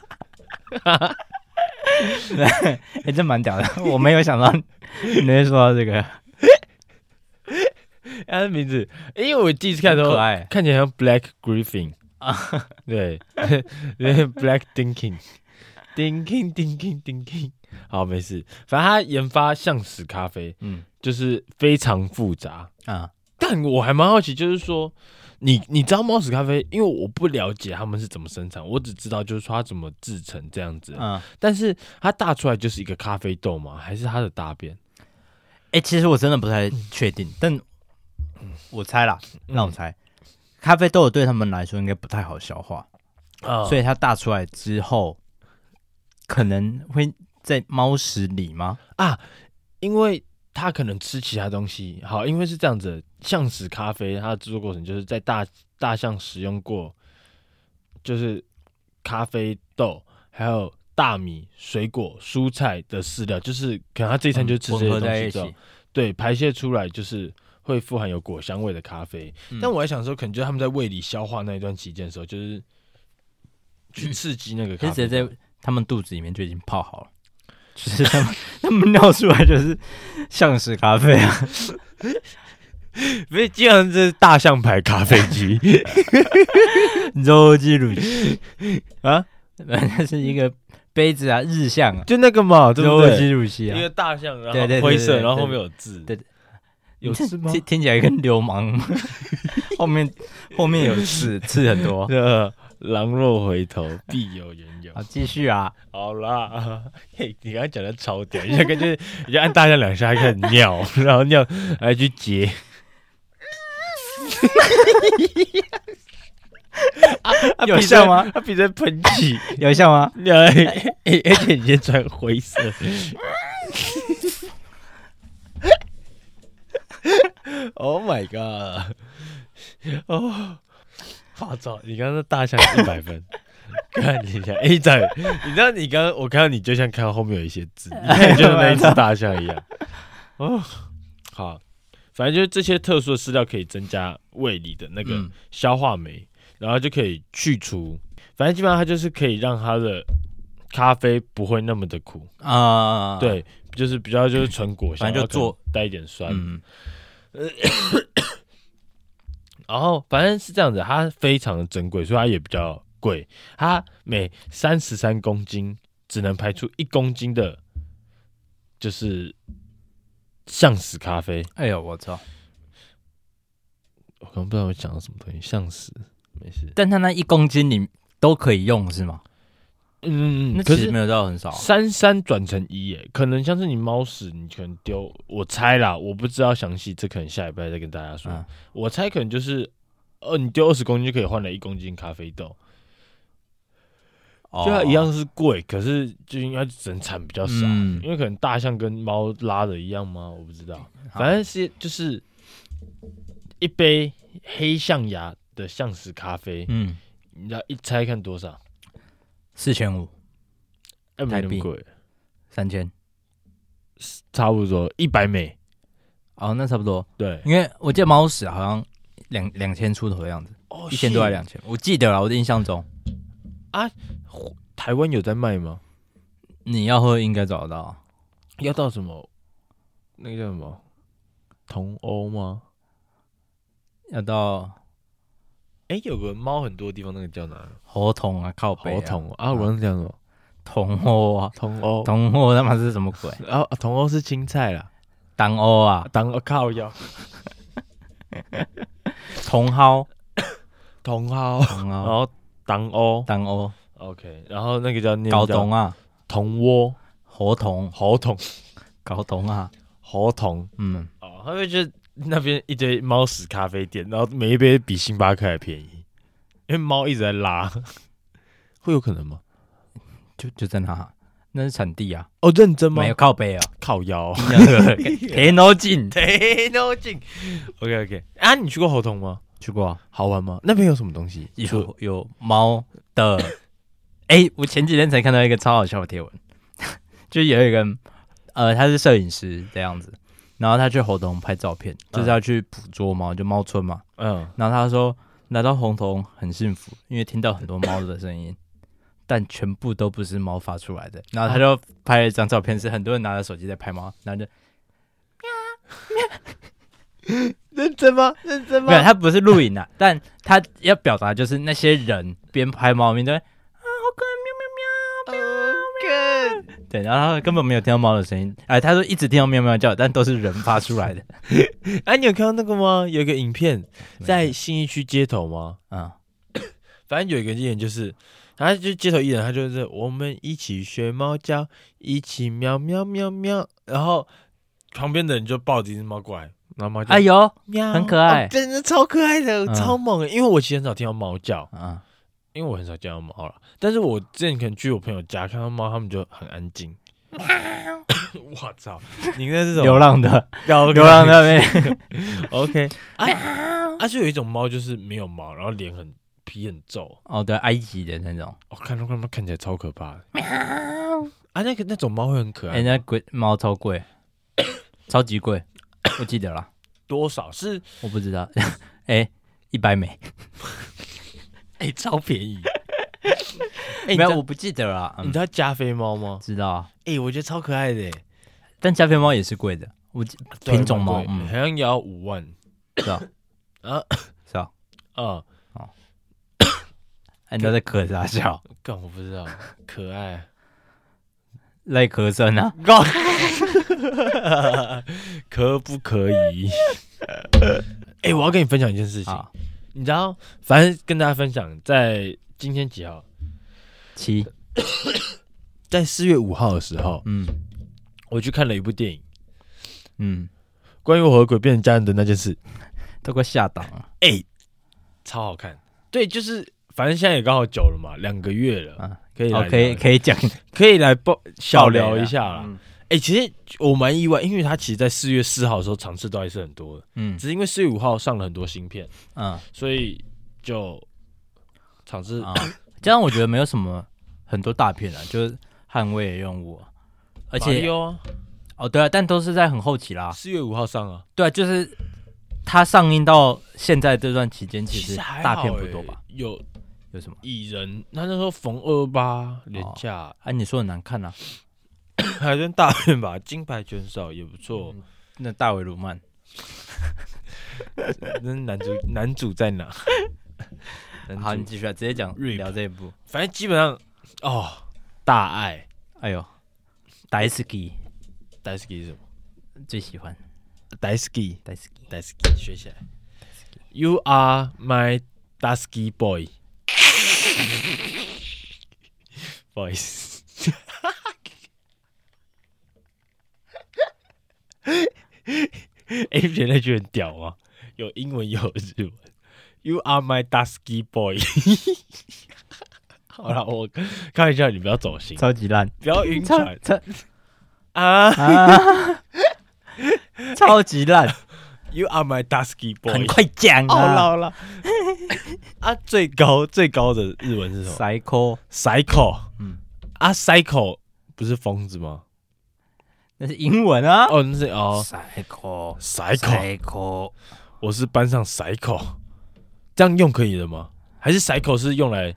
Speaker 1: 哎，这蛮屌的，我没有想到你会说到这 个，
Speaker 2: 哎他的名字，因为我第一次看的时
Speaker 1: 很
Speaker 2: 候
Speaker 1: 可爱
Speaker 2: 看起来像 Black Griffin 啊，对，Black Dinking Dinking Dinking Dinking，好，没事，反正他研发橡石咖啡
Speaker 1: 嗯
Speaker 2: 就是非常复杂，
Speaker 1: 啊，
Speaker 2: 但我还蛮好奇，就是说你你知道猫屎咖啡，因为我不了解他们是怎么生产，我只知道就是说它怎么制成这样子，
Speaker 1: 嗯，
Speaker 2: 但是它大出来就是一个咖啡豆吗？还是它的大便？
Speaker 1: 哎，其实我真的不太确定，但我猜啦，让我猜，咖啡豆对他们来说应该不太好消化，
Speaker 2: 啊
Speaker 1: 所以它大出来之后，可能会在猫屎里吗？
Speaker 2: 啊，因为它可能吃其他东西。好，因为是这样子，橡石咖啡它的制作过程就是在大大象使用过，就是咖啡豆还有。大米、水果、蔬菜的饲料，就是可能它这一餐就吃这些
Speaker 1: 嗯混合
Speaker 2: 东
Speaker 1: 在
Speaker 2: 西
Speaker 1: 一
Speaker 2: 之后，
Speaker 1: 起，
Speaker 2: 对，排泄出来就是会富含有果香味的咖啡。
Speaker 1: 嗯
Speaker 2: 但我在想说，可能就是他们在胃里消化那一段期间的时候，就是去刺激那 个
Speaker 1: 其
Speaker 2: 咖
Speaker 1: 实直
Speaker 2: 啡豆。
Speaker 1: 接在他们肚子里面就已经泡好了， 就是他们他们尿出来就是像是咖啡啊。
Speaker 2: 不是，基本上这是大象牌咖啡机
Speaker 1: 周记鲁奇，
Speaker 2: 啊，
Speaker 1: 那是一个杯子啊，日向啊，
Speaker 2: 就那个嘛，对不
Speaker 1: 周
Speaker 2: 对？
Speaker 1: 记鲁奇啊
Speaker 2: 一，个大象，然
Speaker 1: 对对
Speaker 2: 后
Speaker 1: 对
Speaker 2: 灰色，
Speaker 1: 对
Speaker 2: 然后
Speaker 1: 对
Speaker 2: 后面有字，
Speaker 1: 对对
Speaker 2: 有字吗？
Speaker 1: 听听起来跟流氓， 后面后面有刺刺很多。
Speaker 2: 呃，狼若回头，必有缘由
Speaker 1: 好，。继续啊，
Speaker 2: 好啦， 嘿，你刚才讲的超屌，你就跟就是，你就按大象两下，开始尿，然后尿，来去截。 啊
Speaker 1: 有像吗？
Speaker 2: 他比在喷气，
Speaker 1: 有效吗？
Speaker 2: 而且你先穿灰色。oh my god！哦，我操！你刚刚那大象一百分，看你一下，哎、欸，仔，你知道你刚刚我看到你就像看到后面有一些字，你看你就像那一只大象一样。哦，好，反正就是这些特殊的饲料可以增加胃里的那个。
Speaker 1: 嗯
Speaker 2: 消化酶，然后就可以去除。反正基本上它就是可以让它的咖啡不会那么的苦，
Speaker 1: 啊，，
Speaker 2: 对，就是比较就是纯果香，
Speaker 1: 反正就做
Speaker 2: 然后可能带一点酸。
Speaker 1: 嗯，
Speaker 2: 然后反正是这样子，它非常的珍贵，所以它也比较贵。它每三十三公斤只能排出一公斤的，就是橡石咖啡。
Speaker 1: 哎呦，我操！
Speaker 2: 我刚刚不知道我讲了什么东西，橡石没事。
Speaker 1: 但它那一公斤里都可以用是吗？
Speaker 2: 嗯，
Speaker 1: 那
Speaker 2: 可
Speaker 1: 其
Speaker 2: 是
Speaker 1: 实没有到很少啊，
Speaker 2: 三三转成一耶，可能像是你猫屎，你可能丢，我猜啦，我不知道详细，这可能下礼拜再跟大家说。
Speaker 1: 嗯
Speaker 2: 我猜可能就是，呃，你丢二十公斤就可以换了一公斤咖啡豆，
Speaker 1: 哦
Speaker 2: 就它一样是贵，可是就应该只能产比较少，
Speaker 1: 嗯
Speaker 2: 因为可能大象跟猫拉的一样吗？我不知道，
Speaker 1: 好
Speaker 2: 反正是就是一杯黑象牙的象石咖啡，
Speaker 1: 嗯，
Speaker 2: 你知道一猜看多少？
Speaker 1: 四千五，
Speaker 2: 哎没那
Speaker 1: 台
Speaker 2: 么
Speaker 1: 币
Speaker 2: 贵，
Speaker 1: 三千，
Speaker 2: 差不多一百美，
Speaker 1: 哦，那差不多，
Speaker 2: 对，
Speaker 1: 因为我记得猫屎好像两两千出头的样子，
Speaker 2: 哦
Speaker 1: 一千多还是
Speaker 2: 是
Speaker 1: 两千？我记得了，我的印象中，
Speaker 2: 台湾有在卖吗？
Speaker 1: 你要喝应该找得到。
Speaker 2: 要到什么？那个叫什么？同欧吗？
Speaker 1: 要到
Speaker 2: 哎、有个猫很多地方，那个叫哪？
Speaker 1: 合同啊，靠北、
Speaker 2: 猴同啊，我刚刚讲什么？
Speaker 1: 同欧啊，
Speaker 2: 同欧，
Speaker 1: 同欧他妈是什么 鬼？
Speaker 2: 然后同欧是青菜啦，
Speaker 1: 当欧啊，
Speaker 2: 当哦靠腰，
Speaker 1: 同蒿，
Speaker 2: 同蒿，
Speaker 1: 同
Speaker 2: 然
Speaker 1: 蒿，
Speaker 2: 后当欧
Speaker 1: 当欧，
Speaker 2: ，OK，然后那个叫念
Speaker 1: 高
Speaker 2: 叫
Speaker 1: 同啊，
Speaker 2: 同窝，
Speaker 1: 合同，
Speaker 2: 猴同，
Speaker 1: 高同啊，
Speaker 2: 猴同。
Speaker 1: 嗯，
Speaker 2: 哦，他们就是那边一堆猫屎咖啡店，然后每一杯比星巴克还便宜，因为猫一直在拉，会有可能吗？
Speaker 1: 就就在那，那是产地啊，
Speaker 2: 哦，认真吗
Speaker 1: 没？有靠北啊，
Speaker 2: 靠腰，
Speaker 1: 田都进
Speaker 2: 对，no 劲。OK OK，啊，你去过猴童吗？
Speaker 1: 去过啊，
Speaker 2: 好玩吗？那边有什么东西？
Speaker 1: 有有猫的，哎，我前几天才看到一个超好笑的贴文， 就有一个人，呃，他是摄影师这样子，然后他去猴童拍照片，就是要去捕捉猫，就猫村嘛，
Speaker 2: 嗯，
Speaker 1: 然后他说来到红彤很幸福，因为听到很多猫的声音， 但全部都不是猫发出来的。然后他就拍了一张照片，是很多人拿着手机在拍猫，然后就
Speaker 2: 认真吗？认真
Speaker 1: 没有，他不是录影啊，但他要表达就是那些人边拍猫边在。
Speaker 2: Oh ？OK，
Speaker 1: 对，然后他根本没有听到猫的声音，哎，他说一直听到喵喵叫，但都是人发出来的。
Speaker 2: 哎、啊，你有看到那个吗？有一个影片在信义区街头吗？
Speaker 1: 嗯，
Speaker 2: 反正有一个艺人就是，他就街头艺人，他就是我们一起学猫叫，一起喵喵喵喵，然后旁边的人就抱着一只猫过来，然后猫就
Speaker 1: 哎呦，
Speaker 2: 喵，
Speaker 1: 很可爱
Speaker 2: 哦真的超可爱的，
Speaker 1: 嗯
Speaker 2: 超猛的。因为我其实很少听到猫叫，
Speaker 1: 嗯，
Speaker 2: 因为我很少见到猫了，但是我之前可能去我朋友家看到猫，他们就很安静。 我操，你那是什么
Speaker 1: 流浪的，
Speaker 2: 流
Speaker 1: 流浪的呗。
Speaker 2: ？OK，啊啊，就有一种猫就是没有毛，然后脸很皮很皱。
Speaker 1: 哦，对，埃及的那种，
Speaker 2: 我、看到它们看起来超可怕的。喵啊，那个那种猫会很可爱，
Speaker 1: 哎，那贵猫超贵， 超级贵， 我记得啦。
Speaker 2: 多少是
Speaker 1: 我不知道， 哎、一百美，
Speaker 2: 哎、超 便宜。哎、
Speaker 1: 没有，
Speaker 2: 你
Speaker 1: 我不记得了啦，
Speaker 2: 知道你
Speaker 1: 嗯
Speaker 2: 知，道加菲猫吗？
Speaker 1: 知道啊，
Speaker 2: 哎、我觉得超可爱的，
Speaker 1: 但加菲猫也是贵的，我 记
Speaker 2: 对
Speaker 1: 品种猫
Speaker 2: 蛮贵
Speaker 1: 嗯
Speaker 2: 好像也要五万
Speaker 1: 知道
Speaker 2: 啊
Speaker 1: 是啊，
Speaker 2: 啊！
Speaker 1: 哎，你都在咳啥 笑？
Speaker 2: 干、我不知道，可爱。
Speaker 1: 赖咳声啊，
Speaker 2: 告， 可不可以？ 哎、我要跟你分享一件事情，
Speaker 1: 啊，
Speaker 2: 你知道，反正跟大家分享，在今天几号，
Speaker 1: 七，
Speaker 2: 在四月五号的时候，
Speaker 1: 嗯
Speaker 2: 我去看了一部电影，
Speaker 1: 嗯，
Speaker 2: 关于我和鬼变成家人的那件事，
Speaker 1: 都快下档了，
Speaker 2: 哎、超好看。对，就是反正现在也刚好久了嘛，两个月了，
Speaker 1: 啊，
Speaker 2: 可以来
Speaker 1: 哦
Speaker 2: 聊，
Speaker 1: 可以
Speaker 2: 以
Speaker 1: 可以讲
Speaker 2: 可以来爆小聊一下啦。
Speaker 1: 嗯
Speaker 2: 哎、其实我蛮意外，因为他其实，在四月四号的时候尝试到还是很多的，
Speaker 1: 嗯
Speaker 2: 只是因为四月五号上了很多新片。
Speaker 1: 嗯
Speaker 2: 所以就场次、
Speaker 1: 啊，这样我觉得没有什么很多大片啊，就是捍卫任务啊，而
Speaker 2: 马里
Speaker 1: 且
Speaker 2: 奥啊
Speaker 1: 哦对啊，但都是在很后期啦，
Speaker 2: 四月五号上啊，
Speaker 1: 对啊，就是它上映到现在这段期间，其实
Speaker 2: 还
Speaker 1: 大
Speaker 2: 好
Speaker 1: 片不
Speaker 2: 欸
Speaker 1: 多吧？？
Speaker 2: 有
Speaker 1: 有什么？
Speaker 2: 蚁人，他那时候逢二八廉价，
Speaker 1: 哎、你说很难看啊？
Speaker 2: 还算大片吧，金牌选手也不错。
Speaker 1: 那大卫·鲁曼，
Speaker 2: 那男主男主在哪？
Speaker 1: 好，
Speaker 2: 男
Speaker 1: 你
Speaker 2: 主
Speaker 1: 继续啊，直接讲
Speaker 2: Rip
Speaker 1: 聊这一部。
Speaker 2: 反正基本上哦，大爱
Speaker 1: 哎呦 d a i s k y
Speaker 2: d a i s k y 什么
Speaker 1: 最喜欢
Speaker 2: d a i s k y
Speaker 1: d a i s k y
Speaker 2: d a i s k y 学起来。You are my d a i s k y boy。不好意 思。哎，你觉得那句很屌吗？有英文，有日文。You are my d a i s k y boy 。 好了，我开玩笑，你不要走心，
Speaker 1: 超级烂，
Speaker 2: 不要晕
Speaker 1: 超
Speaker 2: 船
Speaker 1: 超
Speaker 2: 啊
Speaker 1: 啊， 超级烂，
Speaker 2: ！You are my d a i s k y boy
Speaker 1: 很。快讲
Speaker 2: 好了
Speaker 1: 啊
Speaker 2: 好了， 啊，最高最高的日文是什么
Speaker 1: ，Psycho，
Speaker 2: ？cycle，嗯
Speaker 1: 嗯，
Speaker 2: 啊，cycle 不是疯子吗？
Speaker 1: 那是英文啊。
Speaker 2: 哦，那是哦
Speaker 1: Psycho，Psycho，
Speaker 2: ，cycle，我是班上 cycle，这样用可以的吗？还是塞口是用来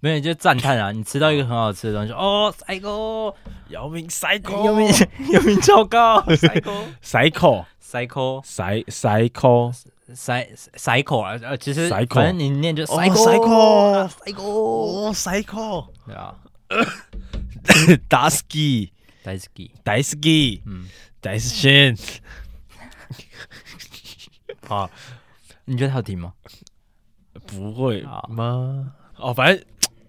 Speaker 1: 没有你就赞叹啊！你吃到一个很好吃的东西，哦，塞狗，
Speaker 2: 姚明塞口？
Speaker 1: 有名有名超高，塞狗，
Speaker 2: 塞口
Speaker 1: 塞口，
Speaker 2: 塞塞口
Speaker 1: 塞塞口啊！呃，其实
Speaker 2: 塞口
Speaker 1: 反正你念就
Speaker 2: 哦
Speaker 1: 塞口，
Speaker 2: 塞口
Speaker 1: 塞口，
Speaker 2: 塞口
Speaker 1: 对啊，
Speaker 2: 打 ski
Speaker 1: 大好き。
Speaker 2: 打 ski
Speaker 1: 嗯，
Speaker 2: 打 shin
Speaker 1: 好，你觉得好听吗？
Speaker 2: 不会
Speaker 1: 好
Speaker 2: 吗？哦，反正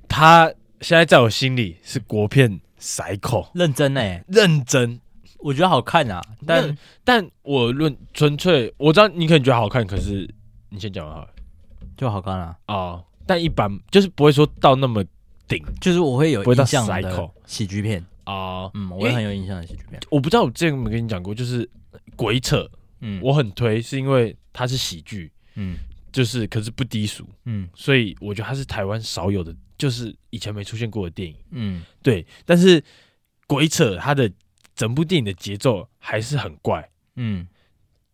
Speaker 2: 他现在在我心里是国片塞口，
Speaker 1: 认真哎，
Speaker 2: 认真
Speaker 1: 我觉得好看啊，但
Speaker 2: 那但我论纯粹，我知道你可能觉得好看，可是你先讲完好了
Speaker 1: 就好看啊。
Speaker 2: 啊、但一般就是不会说到那么顶
Speaker 1: 就是我会有
Speaker 2: 不会到
Speaker 1: 印象
Speaker 2: 塞
Speaker 1: 的
Speaker 2: 口
Speaker 1: 喜剧片，
Speaker 2: 啊、
Speaker 1: 嗯，我也
Speaker 2: 因为
Speaker 1: 很有印象的喜剧片，
Speaker 2: 我不知道我之前有没有跟你讲过，就是鬼扯，
Speaker 1: 嗯，
Speaker 2: 我很推，是因为它是喜剧，
Speaker 1: 嗯
Speaker 2: 就是可是不低俗，
Speaker 1: 嗯
Speaker 2: 所以我觉得它是台湾少有的，就是以前没出现过的电影。
Speaker 1: 嗯
Speaker 2: 对，但是鬼扯它的整部电影的节奏还是很怪，
Speaker 1: 嗯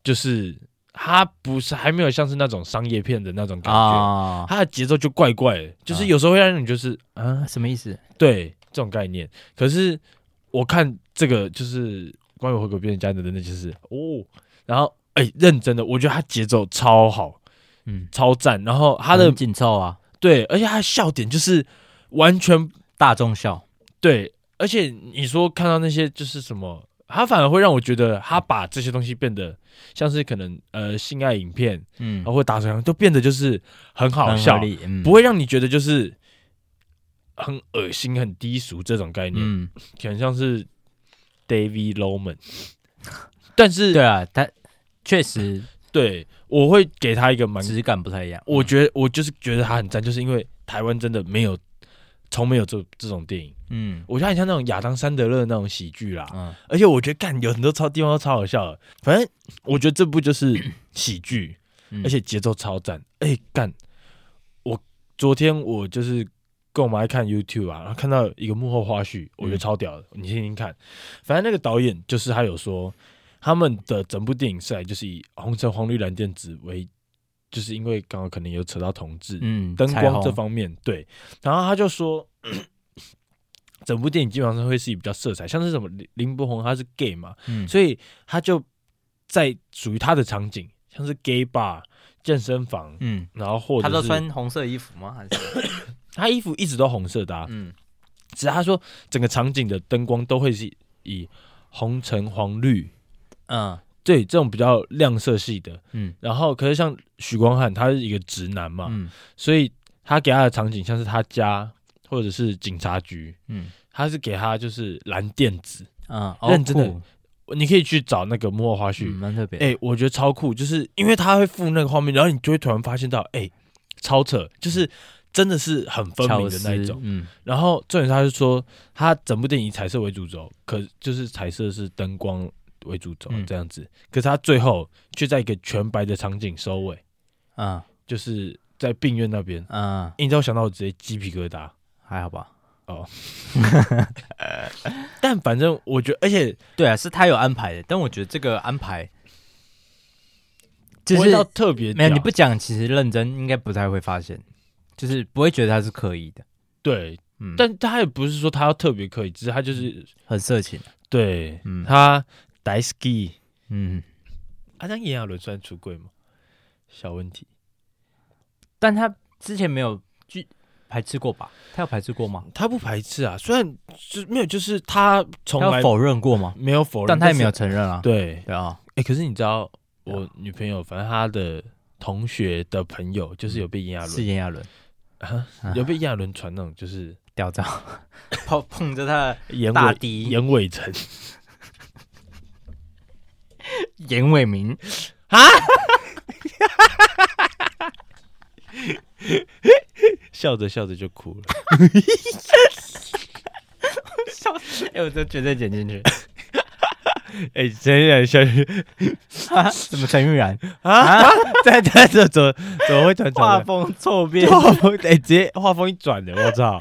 Speaker 2: 就是它不是还没有像是那种商业片的那种感觉。
Speaker 1: 啊，
Speaker 2: 它的节奏就怪怪的，就是有时候会让你就是啊，
Speaker 1: 什么意思？
Speaker 2: 对这种概念。可是我看这个就是关于回国别人家的，真的就是哦，然后哎、认真的，我觉得他节奏超好，
Speaker 1: 嗯，
Speaker 2: 超赞。然后他的、
Speaker 1: 很紧凑啊，
Speaker 2: 对，而且他的笑点就是完全
Speaker 1: 大众笑，
Speaker 2: 对，而且你说看到那些就是什么。他反而会让我觉得，
Speaker 1: 嗯
Speaker 2: 他把这些东西变得像是可能呃性爱影片，啊
Speaker 1: 嗯
Speaker 2: 然，后或打手枪，都变得就是很好
Speaker 1: 很合
Speaker 2: 笑，
Speaker 1: 理，嗯，
Speaker 2: 不会让你觉得就是很恶心、很低俗这种概念，
Speaker 1: 嗯，
Speaker 2: 可能像是 David Loman，但是
Speaker 1: 对啊，它确实
Speaker 2: 对我会给他一个蛮，
Speaker 1: 质感不太一样，
Speaker 2: 我觉得我就是觉得他很赞，就是因为台湾真的没有从没有这这种电影，
Speaker 1: 嗯
Speaker 2: 我觉得很像那种亚当·山德勒那种喜剧啦，
Speaker 1: 嗯
Speaker 2: 而且我觉得干有很多超地方都超好笑的，反正我觉得这部就是喜剧，
Speaker 1: 嗯，
Speaker 2: 而且节奏超赞。哎、干！我昨天我就是跟我妈在看 YouTube 啊，然后看到一个幕后花絮，我觉得超屌的，你听听看。反正那个导演就是他有说，他们的整部电影是来就是以红橙黄绿蓝靛紫为，就是因为刚好可能有扯到同志、
Speaker 1: 嗯，
Speaker 2: 灯
Speaker 1: 彩
Speaker 2: 光
Speaker 1: 虹
Speaker 2: 这方面，对。然后他就说。 整部电影基本上会是以比较色彩，像是什么林林柏宏他是 gay 嘛，
Speaker 1: 嗯
Speaker 2: 所以他就在属于他的场景，像是 gay bar、健身房，
Speaker 1: 嗯，
Speaker 2: 然后或者
Speaker 1: 他
Speaker 2: 是
Speaker 1: 都穿红色衣服吗？还是
Speaker 2: 他衣服一直都红色的、啊，
Speaker 1: 嗯
Speaker 2: 只是他说整个场景的灯光都会是以红、橙、黄、绿，
Speaker 1: 嗯
Speaker 2: 对这种比较亮色系的。
Speaker 1: 嗯
Speaker 2: 然后可是像许光汉，他是一个直男嘛，
Speaker 1: 嗯
Speaker 2: 所以他给他的场景像是他家或者是警察局，
Speaker 1: 嗯
Speaker 2: 他是给他就是蓝靛紫，
Speaker 1: 嗯，
Speaker 2: 认真的
Speaker 1: 哦酷
Speaker 2: 你可以去找那个幕后花絮，
Speaker 1: 嗯，蛮特别，
Speaker 2: 哎、我觉得超酷，就是因为他会附那个画面，然后你就会突然发现到，哎、超扯，就是真的是很分明
Speaker 1: 巧
Speaker 2: 的
Speaker 1: 思，
Speaker 2: 那一种。
Speaker 1: 嗯
Speaker 2: 然后重点是他是说，他整部电影以彩色为主轴，可就是彩色是灯光为主轴
Speaker 1: 嗯
Speaker 2: 这样子，可是他最后却在一个全白的场景收尾，
Speaker 1: 嗯
Speaker 2: 就是在病院那边。
Speaker 1: 嗯，
Speaker 2: 你知道我想到我直接鸡皮疙瘩。
Speaker 1: 还好吧。
Speaker 2: 但反正我觉得，而且
Speaker 1: 对啊，是他有安排的，但我觉得这个安排就
Speaker 2: 不
Speaker 1: 是
Speaker 2: 会到特别
Speaker 1: 没有你
Speaker 2: 屌
Speaker 1: 不讲，其实认真应该不太会发现，就是不会觉得他是刻意的，
Speaker 2: 对，
Speaker 1: 嗯，
Speaker 2: 但他也不是说他要特别刻意，只是他就是
Speaker 1: 很色情，
Speaker 2: 对、
Speaker 1: 嗯
Speaker 2: 他 d i s k y
Speaker 1: 嗯，
Speaker 2: 啊，那炎亚纶算出柜吗？小问题。
Speaker 1: 但他之前没有拒排斥过吧？他有排斥过吗？
Speaker 2: 他不排斥啊，虽然就没有，就是他从
Speaker 1: 他
Speaker 2: 来
Speaker 1: 有否认过吗？
Speaker 2: 没有否认，
Speaker 1: 但他也没有
Speaker 2: 是
Speaker 1: 承认啊，
Speaker 2: 对。
Speaker 1: 对啊，
Speaker 2: 哎、可是你知道我女朋友，反正她的同学的朋友，就是有被炎亚
Speaker 1: 是
Speaker 2: 纶，
Speaker 1: 炎亚纶
Speaker 2: 啊
Speaker 1: 嗯
Speaker 2: 有被炎亚纶传那种，就是
Speaker 1: 屌照，捧捧着他
Speaker 2: 眼
Speaker 1: 的大
Speaker 2: 尾
Speaker 1: 敌
Speaker 2: 眼尾成
Speaker 1: 严伟明，
Speaker 2: 笑着笑着就哭了。
Speaker 1: 哎，我这绝对剪进去
Speaker 2: 哎、真的笑
Speaker 1: 啊！怎么陈玉然
Speaker 2: 啊！ 在在这怎么怎么会传
Speaker 1: 画
Speaker 2: 传
Speaker 1: 风错
Speaker 2: 的？
Speaker 1: 变？
Speaker 2: 画风哎、直接画风一转的，我 操！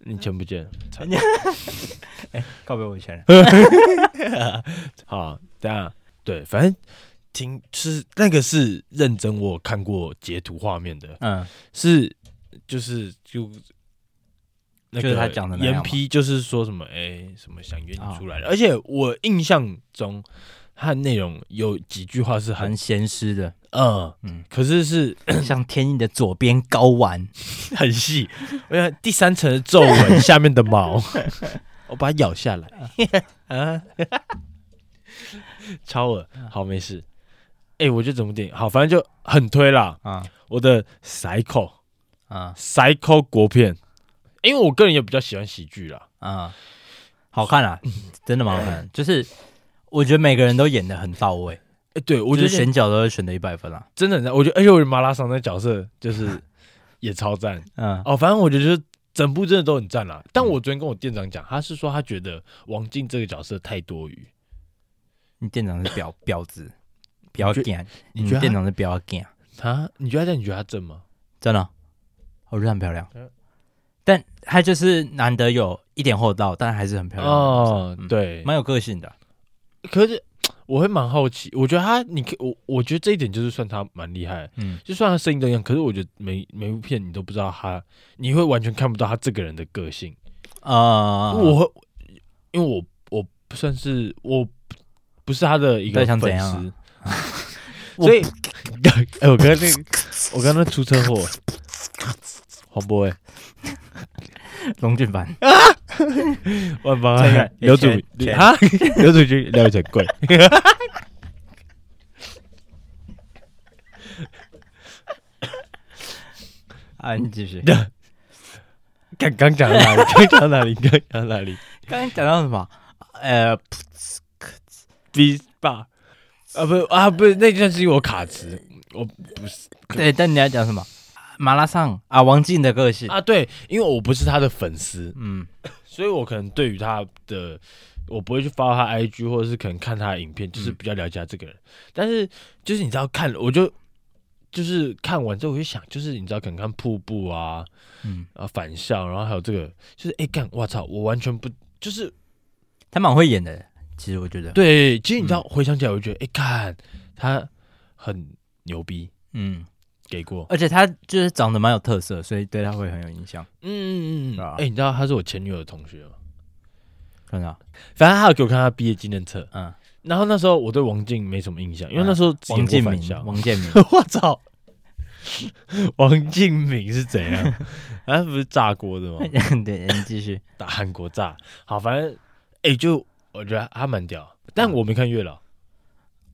Speaker 2: 你全不见了，惨呃
Speaker 1: 告别我以前人，
Speaker 2: 好，等下对，反正听是那个是认真，我有看过截图画面的，
Speaker 1: 嗯，
Speaker 2: 是就是就那
Speaker 1: 就
Speaker 2: 个
Speaker 1: 是他讲的那样
Speaker 2: 严
Speaker 1: 吗
Speaker 2: 批，就是说什么哎、什么想约
Speaker 1: 哦
Speaker 2: 你出来的，而且我印象中他的内容有几句话是很
Speaker 1: 很咸湿的，
Speaker 2: 嗯
Speaker 1: 嗯
Speaker 2: 嗯，可是是
Speaker 1: 像天意的左边睾丸，
Speaker 2: 很细，我想第三层的皱纹下面的 毛，我把它咬下来啊，超恶
Speaker 1: 嗯
Speaker 2: 好没事，哎、我就怎么点好，反正就很推啦，
Speaker 1: 啊
Speaker 2: 我的 cycle。
Speaker 1: 啊
Speaker 2: psycho 国片，因为我个人也比较喜欢喜剧啦。
Speaker 1: 啊，好看 啊，真的蛮好看的，就是我觉得每个人都演的很到位，
Speaker 2: 哎、对我
Speaker 1: 我
Speaker 2: 觉
Speaker 1: 觉得
Speaker 2: 得
Speaker 1: 选角都是选的一百分啊，
Speaker 2: 真的很赞，我觉得而且我觉得马拉桑那角色就是 也超赞
Speaker 1: 嗯
Speaker 2: 哦。反正我觉得就是整部真的都很赞啦。但我昨天跟我店长讲，他是说他觉得王静这个角色太多余。
Speaker 1: 你店长是 婊婊子，婊
Speaker 2: 觉
Speaker 1: 干，
Speaker 2: 你
Speaker 1: 你
Speaker 2: 觉得
Speaker 1: 店
Speaker 2: 他
Speaker 1: 长是婊干，
Speaker 2: 他？啊你觉得他这样？你觉得他正吗？
Speaker 1: 真的，哦我觉得很漂亮
Speaker 2: 嗯，
Speaker 1: 但她就是难得有一点厚道，但还是很漂亮的女生，
Speaker 2: 哦，对。
Speaker 1: 蛮有个性的，
Speaker 2: 可是我会蛮好奇，我觉得他，你可我我觉得这一点就是算他蛮厉害的。
Speaker 1: 嗯
Speaker 2: 就算他声音都一样，可是我觉得每每部片你都不知道他，你会完全看不到他这个人的个性。
Speaker 1: 啊，
Speaker 2: 我会，因为我我不算是我不不是他的一
Speaker 1: 到
Speaker 2: 个
Speaker 1: 底想怎
Speaker 2: 粉
Speaker 1: 样
Speaker 2: 丝
Speaker 1: 啊，
Speaker 2: 所以，哎、我刚刚那个，我刚刚出车 祸，黄渤哎，
Speaker 1: 龙俊 凡，
Speaker 2: 万邦
Speaker 1: 这个
Speaker 2: 哎，刘祖
Speaker 1: 啊钱钱
Speaker 2: 啊，刘祖君廖一成贵，
Speaker 1: 啊，你继续。
Speaker 2: 刚刚讲到哪里？刚讲到哪里？刚讲到哪里
Speaker 1: 刚刚讲到什么？呃，
Speaker 2: ？B 爸啊，不啊，不是那件事情我卡词，我不是
Speaker 1: 对，但你要讲什么？马拉上啊，王静的个性，
Speaker 2: 啊，对，因为我不是他的粉丝，
Speaker 1: 嗯
Speaker 2: 所以我可能对于他的，我不会去发他 IG，或者是可能看他的影片，就是比较了解他这个人。但是就是你知道看，我就就是看完之后我就想，就是你知道可能看瀑布啊
Speaker 1: 嗯，
Speaker 2: 啊返校，然后还有这个，就是哎干，我操，我完全不就是
Speaker 1: 他蛮会演的，其实我觉得，，
Speaker 2: 对。其实你知道、回想起来，我就觉得哎干，他很牛逼，
Speaker 1: 嗯，
Speaker 2: 给过，
Speaker 1: 而且他就是长得蛮有特色，所以对他会很有影响，
Speaker 2: 嗯嗯嗯
Speaker 1: 对啊
Speaker 2: 嗯。哎，你知道他是我前女友的同学吗？
Speaker 1: 看到，
Speaker 2: 反正他有给我看他毕业纪念册，
Speaker 1: 嗯，
Speaker 2: 然后那时候我对王静没什么印象，因为那时候只
Speaker 1: 王
Speaker 2: 演
Speaker 1: 建
Speaker 2: 过返校
Speaker 1: 民，王建民
Speaker 2: 我操！王敬明是怎样？啊，不是炸锅的吗？，
Speaker 1: 对，你继续，
Speaker 2: 打韩国炸。好，反正哎、就我觉得他蛮屌，但我没看月老，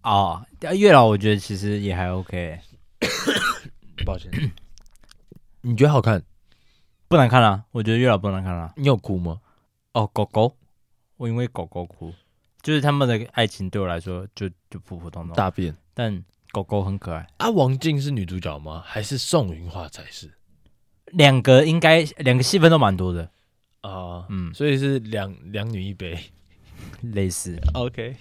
Speaker 1: 哦，月老我觉得其实也还 OK，
Speaker 2: 抱歉。你觉得好看？
Speaker 1: 不难看啦、我觉得月老不难看啦、啊
Speaker 2: 你有哭吗？
Speaker 1: 哦，狗狗，我因为狗狗哭，就是他们的爱情对我来说就就普普通通，
Speaker 2: 大便
Speaker 1: 但狗狗很可爱。
Speaker 2: 啊！王静是女主角吗？还是宋云画才是？
Speaker 1: 两个应该两个戏份都蛮多的，
Speaker 2: 啊、
Speaker 1: 嗯，
Speaker 2: 所以是两两女一杯。
Speaker 1: 类似
Speaker 2: OK，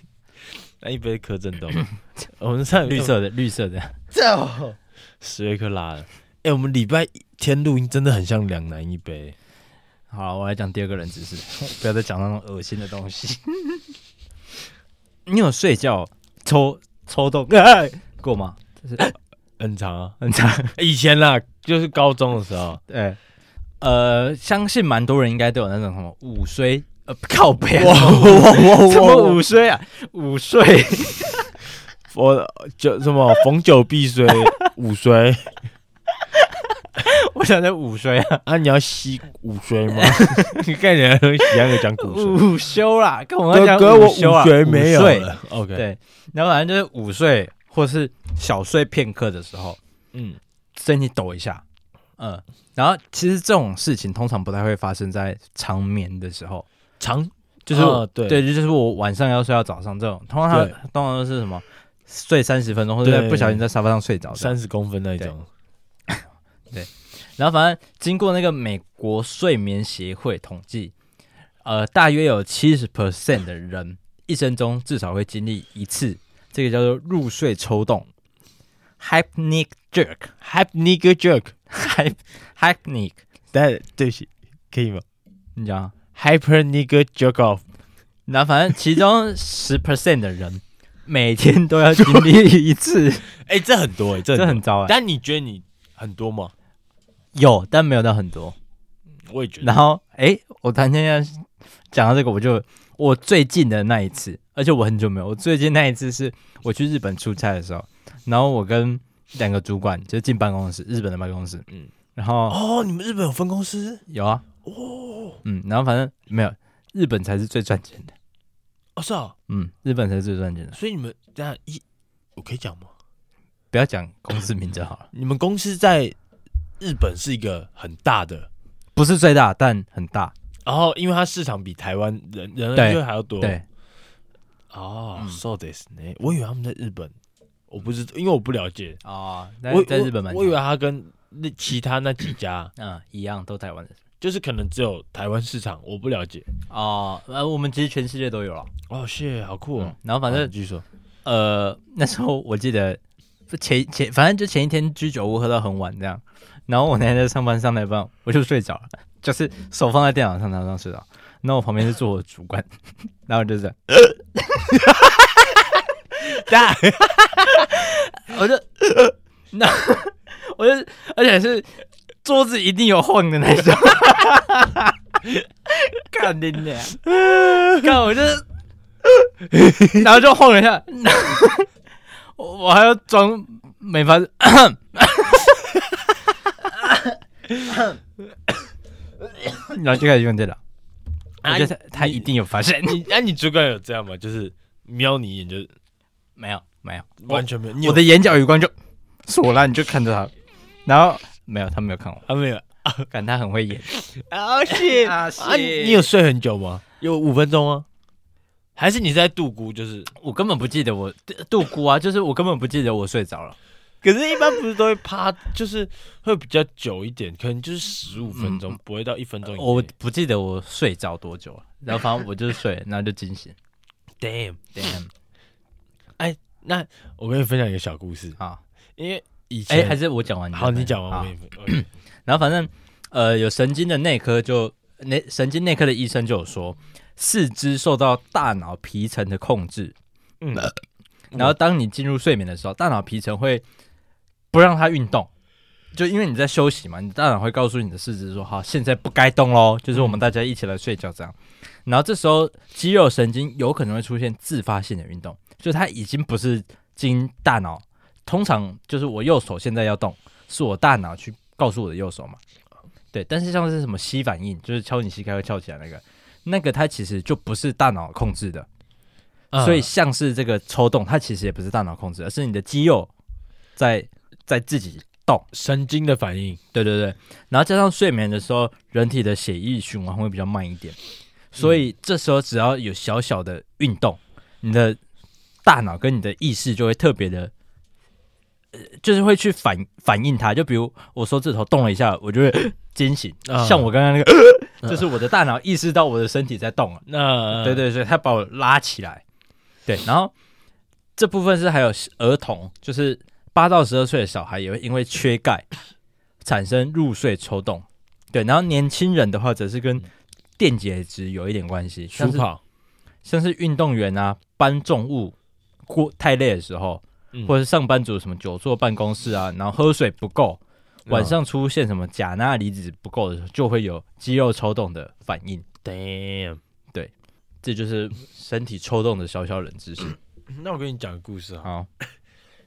Speaker 2: 那一杯柯震东。 我们上
Speaker 1: 嗯绿色的绿色的，
Speaker 2: 走，十月克拉了。哎、我们礼拜天录音真的很像两男一杯。
Speaker 1: 好了，我来讲第二个冷知 识，不要再讲那种恶心的东西。 你有睡觉抽抽动过 吗？
Speaker 2: 很长啊，
Speaker 1: 很长，
Speaker 2: 以前啦，就是高中的 时候，
Speaker 1: 对，呃，相信蛮多人应该都有那种什么午睡，呃，靠背、啊， 什么午睡啊，午睡，
Speaker 2: 我就什么逢九必衰， 午衰
Speaker 1: 我想在午睡 啊，
Speaker 2: 啊，你要吸午衰 吗？你看人家喜欢讲古睡，
Speaker 1: 午休啦，跟我
Speaker 2: 哥
Speaker 1: 讲
Speaker 2: 哥我
Speaker 1: 午休啊，
Speaker 2: 睡没有
Speaker 1: 午睡
Speaker 2: 了，OK，
Speaker 1: 对，然后反正就是午睡或是小睡片刻的时候，
Speaker 2: 嗯，
Speaker 1: 身体抖一下，嗯，然后其实这种事情通常不太会发生在长眠的时候，
Speaker 2: 长
Speaker 1: 就是
Speaker 2: 啊
Speaker 1: 我
Speaker 2: 对
Speaker 1: 对，就是我晚上要睡到早上这种，通常
Speaker 2: 对
Speaker 1: 通常都是什么睡三十分钟，或者在
Speaker 2: 对
Speaker 1: 不小心在沙发上睡着这样。
Speaker 2: 三十公分那一种，
Speaker 1: 然后反正经过那个美国睡眠协会统计，呃，大约有七十 percent 的人一生中至少会经历一次这个叫做入睡抽动 （hypnic jerk）。
Speaker 2: Happy nigger jerk，
Speaker 1: hype hypnic，
Speaker 2: 但对不起，可以吗
Speaker 1: 你讲啊，
Speaker 2: ？Hyper nigger jerk off，
Speaker 1: 那反正其中十 percent 的人每天都要经历一次，
Speaker 2: 哎、这很多哎、这
Speaker 1: 这
Speaker 2: 很
Speaker 1: 很
Speaker 2: 多
Speaker 1: 糟哎、
Speaker 2: 但你觉得你很多吗？
Speaker 1: 有，但没有到很多。
Speaker 2: 我也觉得。
Speaker 1: 然后，哎、我谈天要讲到这个，我就我最近的那一次，而且我很久没有，我最近那一次是我去日本出差的时候，然后我跟两个主管就进办公室，日本的办公室，嗯
Speaker 2: 嗯，
Speaker 1: 然后
Speaker 2: 哦，你们日本有分公司
Speaker 1: 有啊，哦，嗯，然后反正没有，日本才是最赚钱的，
Speaker 2: 哦，是啊，
Speaker 1: 嗯，日本才是最赚钱的，
Speaker 2: 所以你们这样一，我可以讲吗？
Speaker 1: 不要讲公司名就好了，
Speaker 2: 你们公司在日本是一个很大的，
Speaker 1: 不是最大，但很大，
Speaker 2: 然后因为它市场比台湾人人
Speaker 1: 对
Speaker 2: 就还要多，
Speaker 1: 对，
Speaker 2: 哦、s o this 呢？我以为他们在日本，我不知，因为我不了解。
Speaker 1: 哦，在
Speaker 2: 我
Speaker 1: 在日本蛮
Speaker 2: 我，我以为他跟那其他那几家，
Speaker 1: 嗯一样，都台湾的
Speaker 2: 就是可能只有台湾市场，我不了解。
Speaker 1: 哦，呃，我们其实全世界都有了，
Speaker 2: 哦，谢，好酷
Speaker 1: 嗯
Speaker 2: 哦。，
Speaker 1: 然后反正
Speaker 2: 啊。继续说，
Speaker 1: 呃， 那时候我记得前前反正就前一天居酒屋喝到很晚这样，然后我那天在上班上来班，我就睡着了，就是手放在电脑上，然后上睡着。然后我旁边是坐我主管， 然后我就这样，
Speaker 2: 大
Speaker 1: 我就，那我就，而且是桌子一定有晃的那种， 看你俩，
Speaker 2: 嗯
Speaker 1: 看我就， 然后就晃了一下， 我我还要装没发 现，然后就开始用电脑，我
Speaker 2: 啊
Speaker 1: 觉得他他一定有发现，
Speaker 2: 你哎、你主管有这样吗？就是瞄你一眼就
Speaker 1: 没有没有，
Speaker 2: 完全没有，你有
Speaker 1: 我的眼角余光就锁了，你就看着他，然后没有他没有看我。
Speaker 2: 啊没有
Speaker 1: 感他很会演。
Speaker 2: 啊谢
Speaker 1: 啊
Speaker 2: 啊，
Speaker 1: 谢
Speaker 2: 你你有睡很久吗？有五分钟吗？还是你在度孤？就是，
Speaker 1: 我根本不记得我度孤啊，就是我根本不记得我睡着了。
Speaker 2: 可是，一般不是都会趴，就是会比较久一点，可能就是十五分钟，不会到一分钟以内。
Speaker 1: 我不记得我睡着多久了，然后反正我就是睡，然后就惊醒。
Speaker 2: damn，哎
Speaker 1: Damn
Speaker 2: 那我跟你分享一个小故事，
Speaker 1: 啊！
Speaker 2: 因为以
Speaker 1: 哎、
Speaker 2: 前、
Speaker 1: 还是我讲完你再
Speaker 2: 好，
Speaker 1: 分
Speaker 2: 你
Speaker 1: 享
Speaker 2: 讲完我跟
Speaker 1: 好
Speaker 2: 你分。OK
Speaker 1: 然后反正呃，有神经的内科就内神经内科的医生就有说，四肢受到大脑皮层的控制，
Speaker 2: 嗯，
Speaker 1: 然后当你进入睡眠的时候，大脑皮层会不让它运动，就因为你在休息嘛，你大脑会告诉你的四肢说：“好，现在不该动喽。”就是我们大家一起来睡觉这样。然后这时候肌肉神经有可能会出现自发性的运动，就它已经不是经大脑，通常就是我右手现在要动，是我大脑去告诉我的右手嘛。对，但是像是什么膝反应，就是敲你膝盖会翘起来那个，那个它其实就不是大脑控制的，
Speaker 2: 呃嗯
Speaker 1: 所以像是这个抽动，它其实也不是大脑控制，而是你的肌肉在在自己。
Speaker 2: 神经的反应，
Speaker 1: 对对对，然后加上睡眠的时候，人体的血液循环会比较慢一点，所以这时候只要有小小的运动，你的大脑跟你的意识就会特别的，呃，就是会去反反应它。就比如我手指头动了一下，我就会 惊醒，
Speaker 2: 啊
Speaker 1: 像我刚刚那个，就是我的大脑意识到我的身体在动了。
Speaker 2: 那
Speaker 1: 对，对对，他把我拉起来。对，然后这部分是还有儿童，就是八到十二岁的小孩也会因为缺钙产生入睡抽动。对，然后年轻人的话，则是跟电解质有一点关系，像
Speaker 2: 嗯舒
Speaker 1: 是
Speaker 2: 跑，
Speaker 1: 像是运动员啊搬重物过太累的时候，
Speaker 2: 嗯
Speaker 1: 或者是上班族什么久坐办公室啊，然后喝水不够，晚
Speaker 2: 嗯
Speaker 1: 上出现什么钾钠离子不够的时候，就会有肌肉抽动的反应。
Speaker 2: damn。
Speaker 1: 这就是身体抽动的小小冷知识。
Speaker 2: 那我跟你讲个故事哈，
Speaker 1: 好，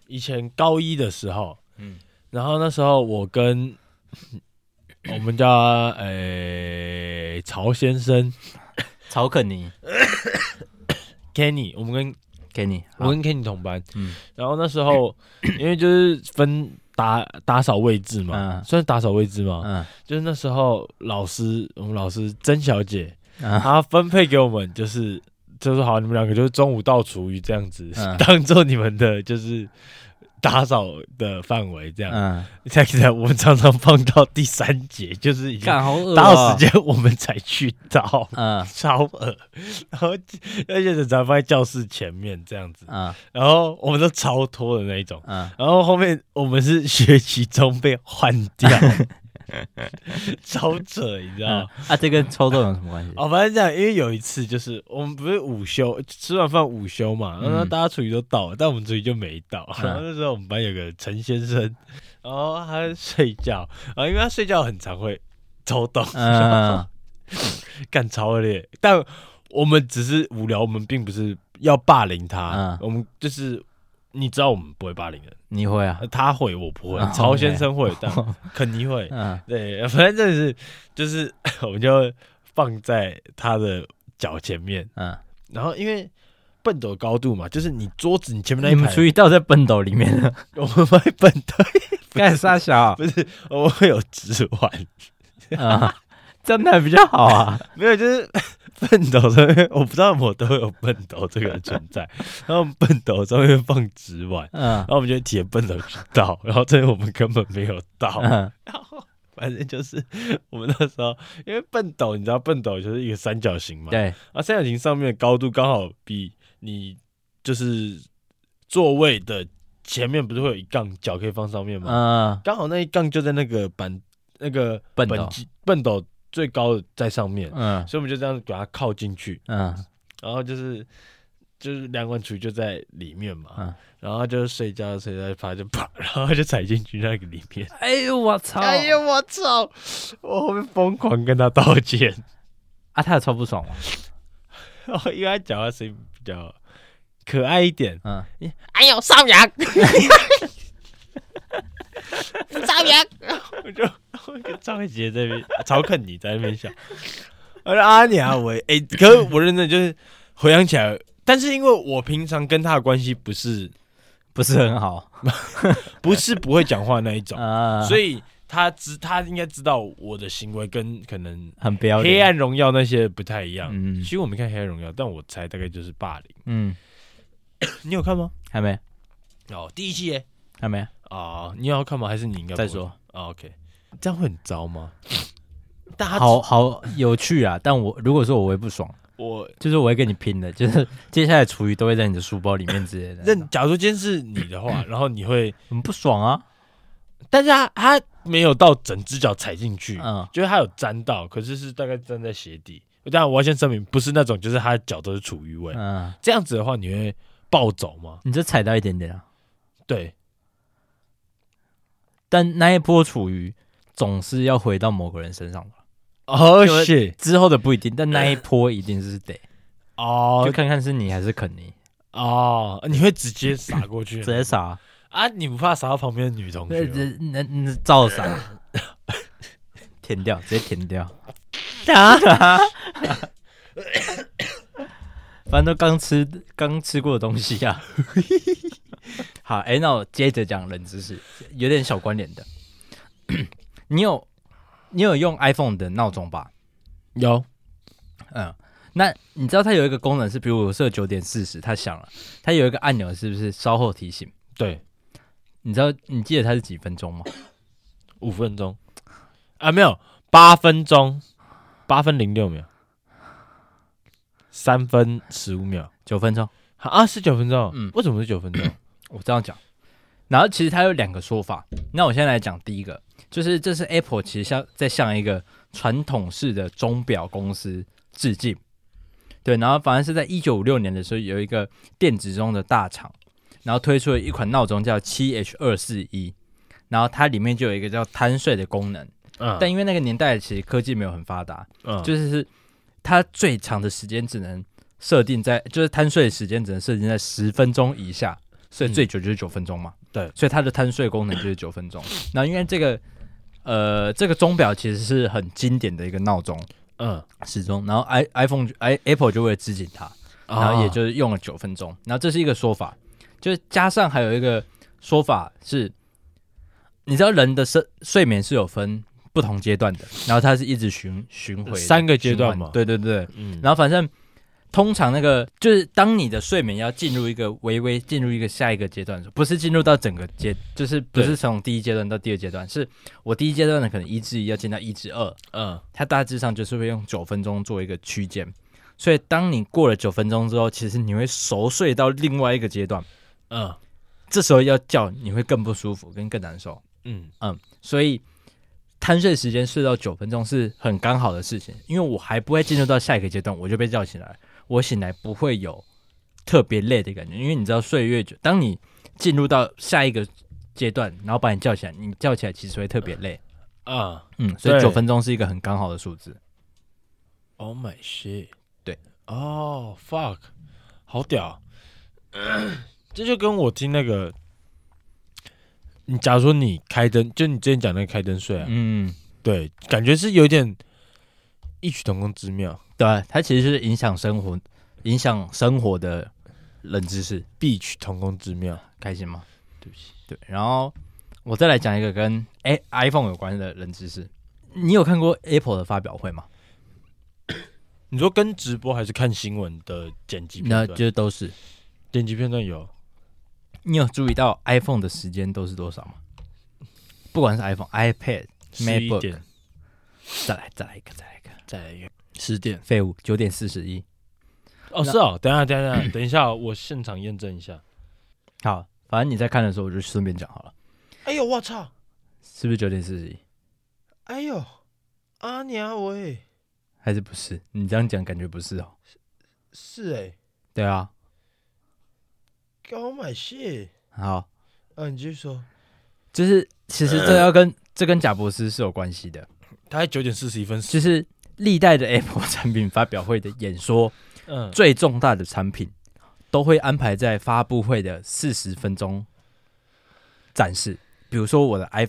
Speaker 2: 以前高一的时候，
Speaker 1: 嗯
Speaker 2: 嗯，然后那时候我跟我们家诶、曹先生
Speaker 1: 曹肯尼
Speaker 2: Kenny，我们跟
Speaker 1: 给你，
Speaker 2: 我跟 Kenny 同班，
Speaker 1: 嗯
Speaker 2: 然后那时候因为就是分打打扫位置嘛，
Speaker 1: 嗯
Speaker 2: 算是打扫位置嘛，
Speaker 1: 嗯
Speaker 2: 就是那时候老师我们老师曾小姐，
Speaker 1: 嗯
Speaker 2: 她分配给我们就是。就是好，你们两个就是中午倒厨余这样子，
Speaker 1: 嗯
Speaker 2: 当做你们的就是打扫的范围这样。
Speaker 1: 嗯，
Speaker 2: 现在我们常常放到第三节，就是已经
Speaker 1: 干好啊恶
Speaker 2: 打到时，间我们才去到，
Speaker 1: 嗯
Speaker 2: 超恶。然后而且常放在教室前面这样子，
Speaker 1: 嗯
Speaker 2: 然后我们都超脱的那一种。
Speaker 1: 嗯，
Speaker 2: 然后后面我们是学期中被换掉，超扯，你知道吗？
Speaker 1: 啊，这跟抽中有什么关系？
Speaker 2: 哦，反正这样，因为有一次就是我们不是午休，吃完饭午休嘛，然后
Speaker 1: 嗯
Speaker 2: 大家厨余都到了，但我们厨余就没到。
Speaker 1: 嗯
Speaker 2: 然后那时候我们班有个陈先生，然后他在睡觉，然后因为他睡觉很常会抽动，
Speaker 1: 嗯，
Speaker 2: 干超恶劣。但我们只是无聊，我们并不是要霸凌他，
Speaker 1: 嗯
Speaker 2: 我们就是你知道我们不会霸凌人，
Speaker 1: 你会啊
Speaker 2: 呃？他会我不会
Speaker 1: 哦，
Speaker 2: 曹先生会，但肯尼会，
Speaker 1: 嗯
Speaker 2: 对，反正真的是就是 我们就放在他的脚前面，
Speaker 1: 嗯，
Speaker 2: 然后因为。笨斗高度嘛，就是你桌子你前面那
Speaker 1: 你
Speaker 2: 一
Speaker 1: 们
Speaker 2: 排，
Speaker 1: 厨余到在笨斗里面了，
Speaker 2: 我们会笨斗，
Speaker 1: 干啥小
Speaker 2: 不是我们会有纸碗，
Speaker 1: 啊？ 这样那比较好啊。
Speaker 2: 没有，就是 笨斗上面，我不知道我都有笨斗这个存在。然后笨斗上面放纸碗，
Speaker 1: 嗯
Speaker 2: 然后我们就提着笨斗去倒，然后这我们根本没有倒。
Speaker 1: 嗯
Speaker 2: 反正就是 我们那时候，因为笨斗，你知道笨斗就是一个三角形嘛，
Speaker 1: 对，
Speaker 2: 啊，三角形上面的高度刚好比你就是座位的前面不是会有一杠，脚可以放上面吗？
Speaker 1: 嗯
Speaker 2: 刚、好那一杠就在那个板那个
Speaker 1: 笨
Speaker 2: 本
Speaker 1: 斗
Speaker 2: 机笨斗最高的在上面，
Speaker 1: 嗯
Speaker 2: 所以我们就这样把它靠进去，
Speaker 1: 嗯
Speaker 2: 然后就是就是梁文厨就在里面嘛，
Speaker 1: 嗯
Speaker 2: 然后就睡觉睡觉趴就啪，然后就踩进去那个里面，
Speaker 1: 哎呦我操！
Speaker 2: 哎呦我操！我后面疯狂跟他道歉，
Speaker 1: 啊，他有超不爽吗？
Speaker 2: 然后因为他讲话声音比较可爱一点，
Speaker 1: 嗯，
Speaker 3: 哎呦，邵阳，邵阳，
Speaker 2: 我就我跟张伟杰在那边，曹肯尼在那边笑，我说阿娘我哎、可是我认真就是回想起来，但是因为我平常跟他的关系不是
Speaker 1: 不是很好。
Speaker 2: 不是不会讲话那一种，
Speaker 1: 啊，
Speaker 2: 所
Speaker 1: 以
Speaker 2: 以他知他应该知道我的行为跟可能
Speaker 1: 很不要
Speaker 2: 黑
Speaker 1: 脸。
Speaker 2: 暗荣耀那些不太一样。
Speaker 1: 嗯
Speaker 2: 其实我没看黑暗荣耀，但我猜大概就是霸凌。
Speaker 1: 嗯，
Speaker 2: 你有看吗？
Speaker 1: 还没
Speaker 2: 哦，第一季耶。
Speaker 1: 还没
Speaker 2: 哦，你要看吗？还是你应该不
Speaker 1: 再
Speaker 2: 会
Speaker 1: 说。
Speaker 2: 哦？OK，这样会很糟 吗？但他
Speaker 1: 好好有趣啊！但我如果说我会不爽，
Speaker 2: 我
Speaker 1: 就是我会跟你拼的，就是接下来厨余都会在你的书包里面之类的。
Speaker 2: 认，假如今天是你 的话，然后你会，
Speaker 1: 很不爽啊！
Speaker 2: 但是他他没有到整只脚踩进去，
Speaker 1: 嗯
Speaker 2: 就是他有沾到，可是是大概沾在鞋底。当然，我要先声明，不是那种就是他的脚都是处于位，
Speaker 1: 嗯，
Speaker 2: 这样子的话你会暴走吗？
Speaker 1: 你就踩到一点点啊。
Speaker 2: 对，
Speaker 1: 但那一波厨余总是要回到某个人身上吧？
Speaker 2: 哦
Speaker 1: 就是
Speaker 2: 是
Speaker 1: 之后的不一定，但那一波一定是得，就
Speaker 2: 哦
Speaker 1: 看看是你还是肯尼，
Speaker 2: 哦，你会直接撒过去
Speaker 1: 直接傻，
Speaker 2: 啊？你不怕撒到旁边的女同
Speaker 1: 那
Speaker 2: 学哦吗？
Speaker 1: 那那那照傻， 填掉，直接填掉。啊反正都刚吃刚吃过的东西 啊。好，哎、那我接着讲冷知识，有点小关联的。你有你有用 iPhone 的闹钟吧？
Speaker 2: 有
Speaker 1: 嗯，那你知道它有一个功能是，比如我设九点四十，它响了，它有一个按钮是不是稍后提醒？
Speaker 2: 对
Speaker 1: 你知道你记得它是几分钟吗？
Speaker 2: 五分钟啊，没有八分钟，八分零六秒，三分十五秒
Speaker 1: 九分钟，
Speaker 2: 啊，是九分钟。
Speaker 1: 嗯
Speaker 2: 为什么是九分钟？
Speaker 1: 我这样讲。然后其实它有两个说法，那我先来讲第一个，就是这是 Apple 其实像在向一个传统式的钟表公司致敬，对，然后反正是在一九五六年的时候，有一个电子钟的大厂，然后推出了一款闹钟叫七 H 二四一，然后它里面就有一个叫贪睡的功能，
Speaker 2: 嗯，
Speaker 1: 但因为那个年代其实科技没有很发达，
Speaker 2: 嗯
Speaker 1: 就是是它最长的时间只能设定在，就是贪睡时间只能设定在十分钟以下，所以最久就是九分钟嘛。
Speaker 2: 嗯对
Speaker 1: 所以它的贪睡功能就是九分钟。那因为这个呃这个钟表其实是很经典的一个闹钟
Speaker 2: 嗯，
Speaker 1: 时钟，然后 i iPhone 就 i Apple 就为了致敬它，然后也
Speaker 2: 啊
Speaker 1: 就是用了九分钟。然后这是一个说法，就是加上还有一个说法是，你知道人的睡睡眠是有分不同阶段的，然后它是一直循循回
Speaker 2: 三个阶段
Speaker 1: 循环
Speaker 2: 嘛
Speaker 1: 对对对。
Speaker 2: 嗯
Speaker 1: 然后反正通常那个就是当你的睡眠要进入一个微微进入一个下一个阶段的时候，不是进入到整个阶，就是不是
Speaker 2: 对
Speaker 1: 从第一阶段到第二阶段，是我第一阶段的可能一至一要进到一至二，
Speaker 2: 嗯
Speaker 1: 它大致上就是会用九分钟做一个区间。所以，当你过了九分钟之后，其实你会熟睡到另外一个阶段，
Speaker 2: 嗯
Speaker 1: 这时候要叫你会更不舒服，跟更难受。
Speaker 2: 嗯
Speaker 1: 嗯，所以贪睡时间睡到九分钟是很刚好的事情，因为我还不会进入到下一个阶段，我就被叫醒来。我醒来不会有特别累的感觉，因为你知道睡越久，当你进入到下一个阶段，然后把你叫起来，你叫起来其实会特别累。
Speaker 2: 啊
Speaker 1: 嗯，所以
Speaker 2: 对
Speaker 1: 九分钟是一个很刚好的数字。
Speaker 2: ，Oh my shit，
Speaker 1: 对，
Speaker 2: 哦、fuck，好屌， 这就跟我听那个，你假如说你开灯，就你之前讲那个开灯睡啊，
Speaker 1: 嗯，
Speaker 2: 对，感觉是有点异曲同工之妙，
Speaker 1: 对，啊它其实是影响生活、影响生活的冷知识。
Speaker 2: 异曲同工之妙，
Speaker 1: 开心吗？
Speaker 2: 对不起，
Speaker 1: 对，然后我再来讲一个跟哎、iPhone 有关的冷知识。你有看过 Apple 的发表会吗？
Speaker 2: 你说跟直播还是看新闻的剪辑片
Speaker 1: 那
Speaker 2: 段？
Speaker 1: 就都是。
Speaker 2: 剪辑片段有，
Speaker 1: 你有注意到 iPhone 的时间都是多少吗？不管是 iPhone、iPad，
Speaker 2: 11
Speaker 1: MacBook
Speaker 2: 点，
Speaker 1: 再来再来一个，再来一个，
Speaker 2: 再来一个十点。
Speaker 1: 废物，九点四十一。
Speaker 2: 哦，
Speaker 1: 那
Speaker 2: 是哦，等一下，等一下，等一下等一下，我现场验证一下。
Speaker 1: 好，反正你在看的时候，我就顺便讲好了，
Speaker 2: 哎呦，我操！
Speaker 1: 是不是九点四十一？
Speaker 2: 哎呦，阿娘喂，
Speaker 1: 还是不是？你这样讲感觉不是哦。
Speaker 2: 是哎、
Speaker 1: 对啊，
Speaker 2: 欸、，Oh my shit！
Speaker 1: 好，
Speaker 2: 啊，你继续说。
Speaker 1: 就是其实这要跟这跟贾博士是有关系的。
Speaker 2: 他在九点四十一分死，
Speaker 1: 就是历代的 Apple 产品发表会的演说，
Speaker 2: 嗯，
Speaker 1: 最重大的产品都会安排在发布会的四十分钟展示。比如说我的 i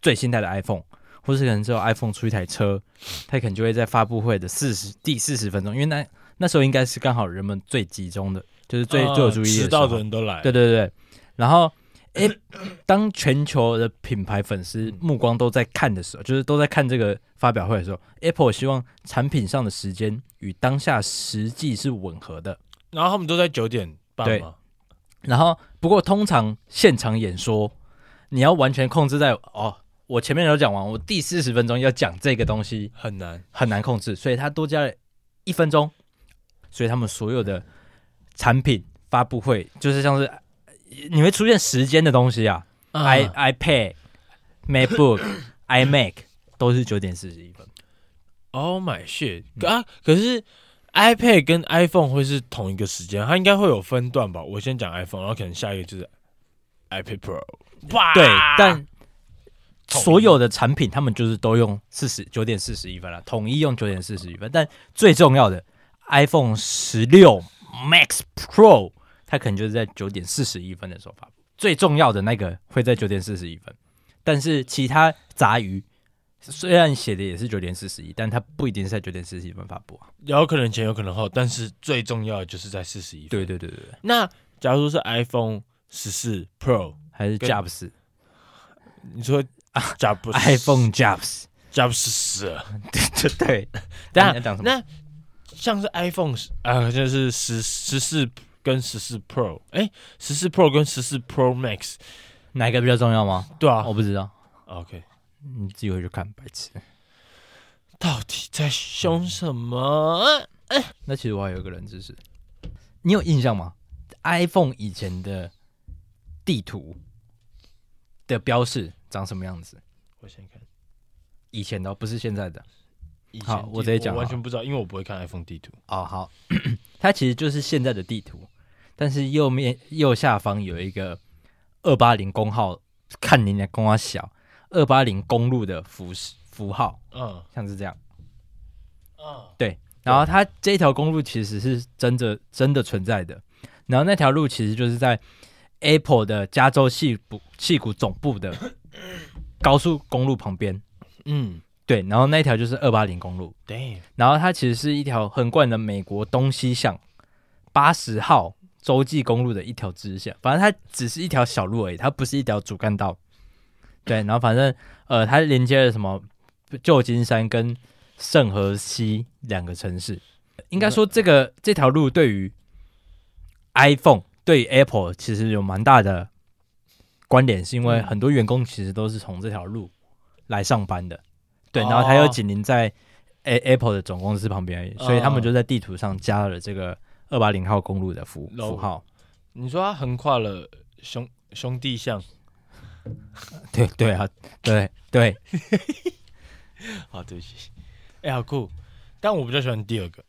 Speaker 1: 最新代的 iPhone，或是可能只有 iPhone 出一台车，它可能就会在发布会的四十第四十分钟，因为那那时候应该是刚好人们最集中的，就是最、
Speaker 2: 啊
Speaker 1: 最有注意力
Speaker 2: 迟
Speaker 1: 的时候
Speaker 2: 到的人都来。
Speaker 1: 对对对，然后诶，当全球的品牌粉丝目光都在看的时候，就是都在看这个发表会的时候，Apple 希望产品上的时间与当下实际是吻合的。
Speaker 2: 然后他们都在九点半
Speaker 1: 对
Speaker 2: 嘛。
Speaker 1: 然后，不过通常现场演说，你要完全控制在哦，我前面都讲完，我第四十分钟要讲这个东西
Speaker 2: 很难。
Speaker 1: 很难控制，所以他多加了一分钟，所以他们所有的产品发布会就是像是你会出现时间的东西啊，i iPad、MacBook、iMac 都是九点四十一分。
Speaker 2: Oh my shit！啊，
Speaker 1: 嗯
Speaker 2: 可是 iPad 跟 iPhone 会是同一个时间，它应该会有分段吧？我先讲 iPhone，然后可能下一个就是 iPad Pro。哇
Speaker 1: 对，但
Speaker 2: 啊统一
Speaker 1: 所有的产品他们就是都用四十九点四十一分了，统一用九点四十一分。但最重要的 iPhone 十六 Max Pro，它可能就是在九点四十一分的时候发布，最重要的那个会在九点四十一分。但是其他杂鱼虽然写的也是九点四十一，但它不一定是在九点四十一分发布啊。
Speaker 2: 有可能前，有可能后，但是最重要的就是在四十一。
Speaker 1: 对，对对对对，
Speaker 2: 那假如说是 iPhone 十四 Pro，
Speaker 1: 还是
Speaker 2: 跟
Speaker 1: Jobs
Speaker 2: 你说假不
Speaker 1: 啊 iPhone Jobs。
Speaker 2: 假不是死了？
Speaker 1: 对对，
Speaker 2: 等一
Speaker 1: 你
Speaker 2: 下
Speaker 1: 要讲什么？
Speaker 2: 那像是 iPhone 10啊，就是十十四跟十四 Pro，哎，十四 Pro 跟十四 Pro Max，
Speaker 1: 哪一个比较重要吗？
Speaker 2: 对啊、
Speaker 1: 我不知道，
Speaker 2: o k
Speaker 1: 你自己回去看，白痴。
Speaker 2: 到底在凶什么？
Speaker 1: 那其实我还有一个人知识，你有印象吗？iPhone 以前的地图的标示长什么样子？
Speaker 2: 我先看。
Speaker 1: 以前的哦不是现在的
Speaker 2: 以前
Speaker 1: 好
Speaker 2: 地
Speaker 1: 我直接讲
Speaker 2: 我
Speaker 1: 好
Speaker 2: 完
Speaker 1: 了
Speaker 2: 全不知道，因为我不会看 iPhone 地图。
Speaker 1: 哦。好， 它其实就是现在的地图，但是右面右下方有一个二八零公号，看你的公号小二八零公路的符符号，
Speaker 2: 嗯
Speaker 1: 像是这样。
Speaker 2: 嗯，
Speaker 1: 对，然后它这条公路其实是真的真的存在的，然后那条路其实就是在 Apple 的加州戏谷戏谷总部的高速公路旁边。
Speaker 2: 嗯
Speaker 1: 对，然后那条就是二八零公路，
Speaker 2: ，Damn，
Speaker 1: 然后它其实是一条横贯的美国东西向八十号洲际公路的一条支线，反正它只是一条小路而已，它不是一条主干道。对，然后反正呃，它连接了什么旧金山跟圣荷西两个城市。应该说，这个这条路对于 iPhone 对于 Apple 其实有蛮大的关联，是因为
Speaker 2: 嗯
Speaker 1: 很多员工其实都是从这条路来上班的。对，
Speaker 2: 哦
Speaker 1: 然后它又紧邻在 A Apple 的总公司旁边而已，
Speaker 2: 嗯
Speaker 1: 所以他们就在地图上加了这个二八零号公路的符符
Speaker 2: Logo
Speaker 1: 号。
Speaker 2: 你说它横跨了兄兄弟巷，
Speaker 1: 对对啊，对对，
Speaker 2: 好，哦对不起。哎、好酷！但我比较喜欢第二 个，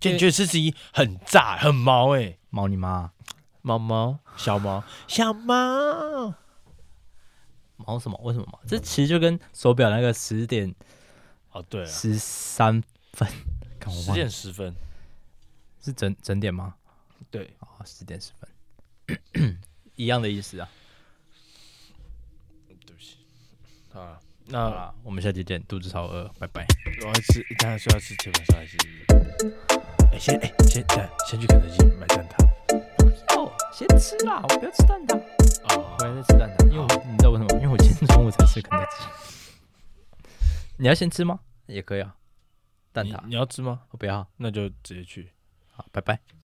Speaker 2: 坚决四十一很炸，很毛哎、
Speaker 1: 猫你妈，
Speaker 2: 毛毛小毛小毛，
Speaker 1: 毛什么？为什么毛？这其实就跟手表那个十点
Speaker 2: 哦对啊，
Speaker 1: 十三分，看我
Speaker 2: 十
Speaker 1: 忘了
Speaker 2: 点十分，
Speaker 1: 是整整点吗？
Speaker 2: 对，
Speaker 1: 哦，十点十分， 一样的意思啊。
Speaker 2: 对不起。好啊，
Speaker 1: 好
Speaker 2: 那
Speaker 1: 啦，我们下期见，肚子超饿，拜拜。
Speaker 2: 我要吃，等下说要吃铁板烧还是？哎、先哎、先等下先去肯德基买蛋挞。
Speaker 1: 哦，先吃啦，我不要吃蛋挞，
Speaker 2: 哦
Speaker 1: 回来再吃蛋挞。因为我你知道为什么吗？因为我今天中午才吃肯德基。 你要先吃吗？也可以啊，蛋挞
Speaker 2: 你你要吃吗？
Speaker 1: 我不要，
Speaker 2: 那就直接去。
Speaker 1: 好，拜拜。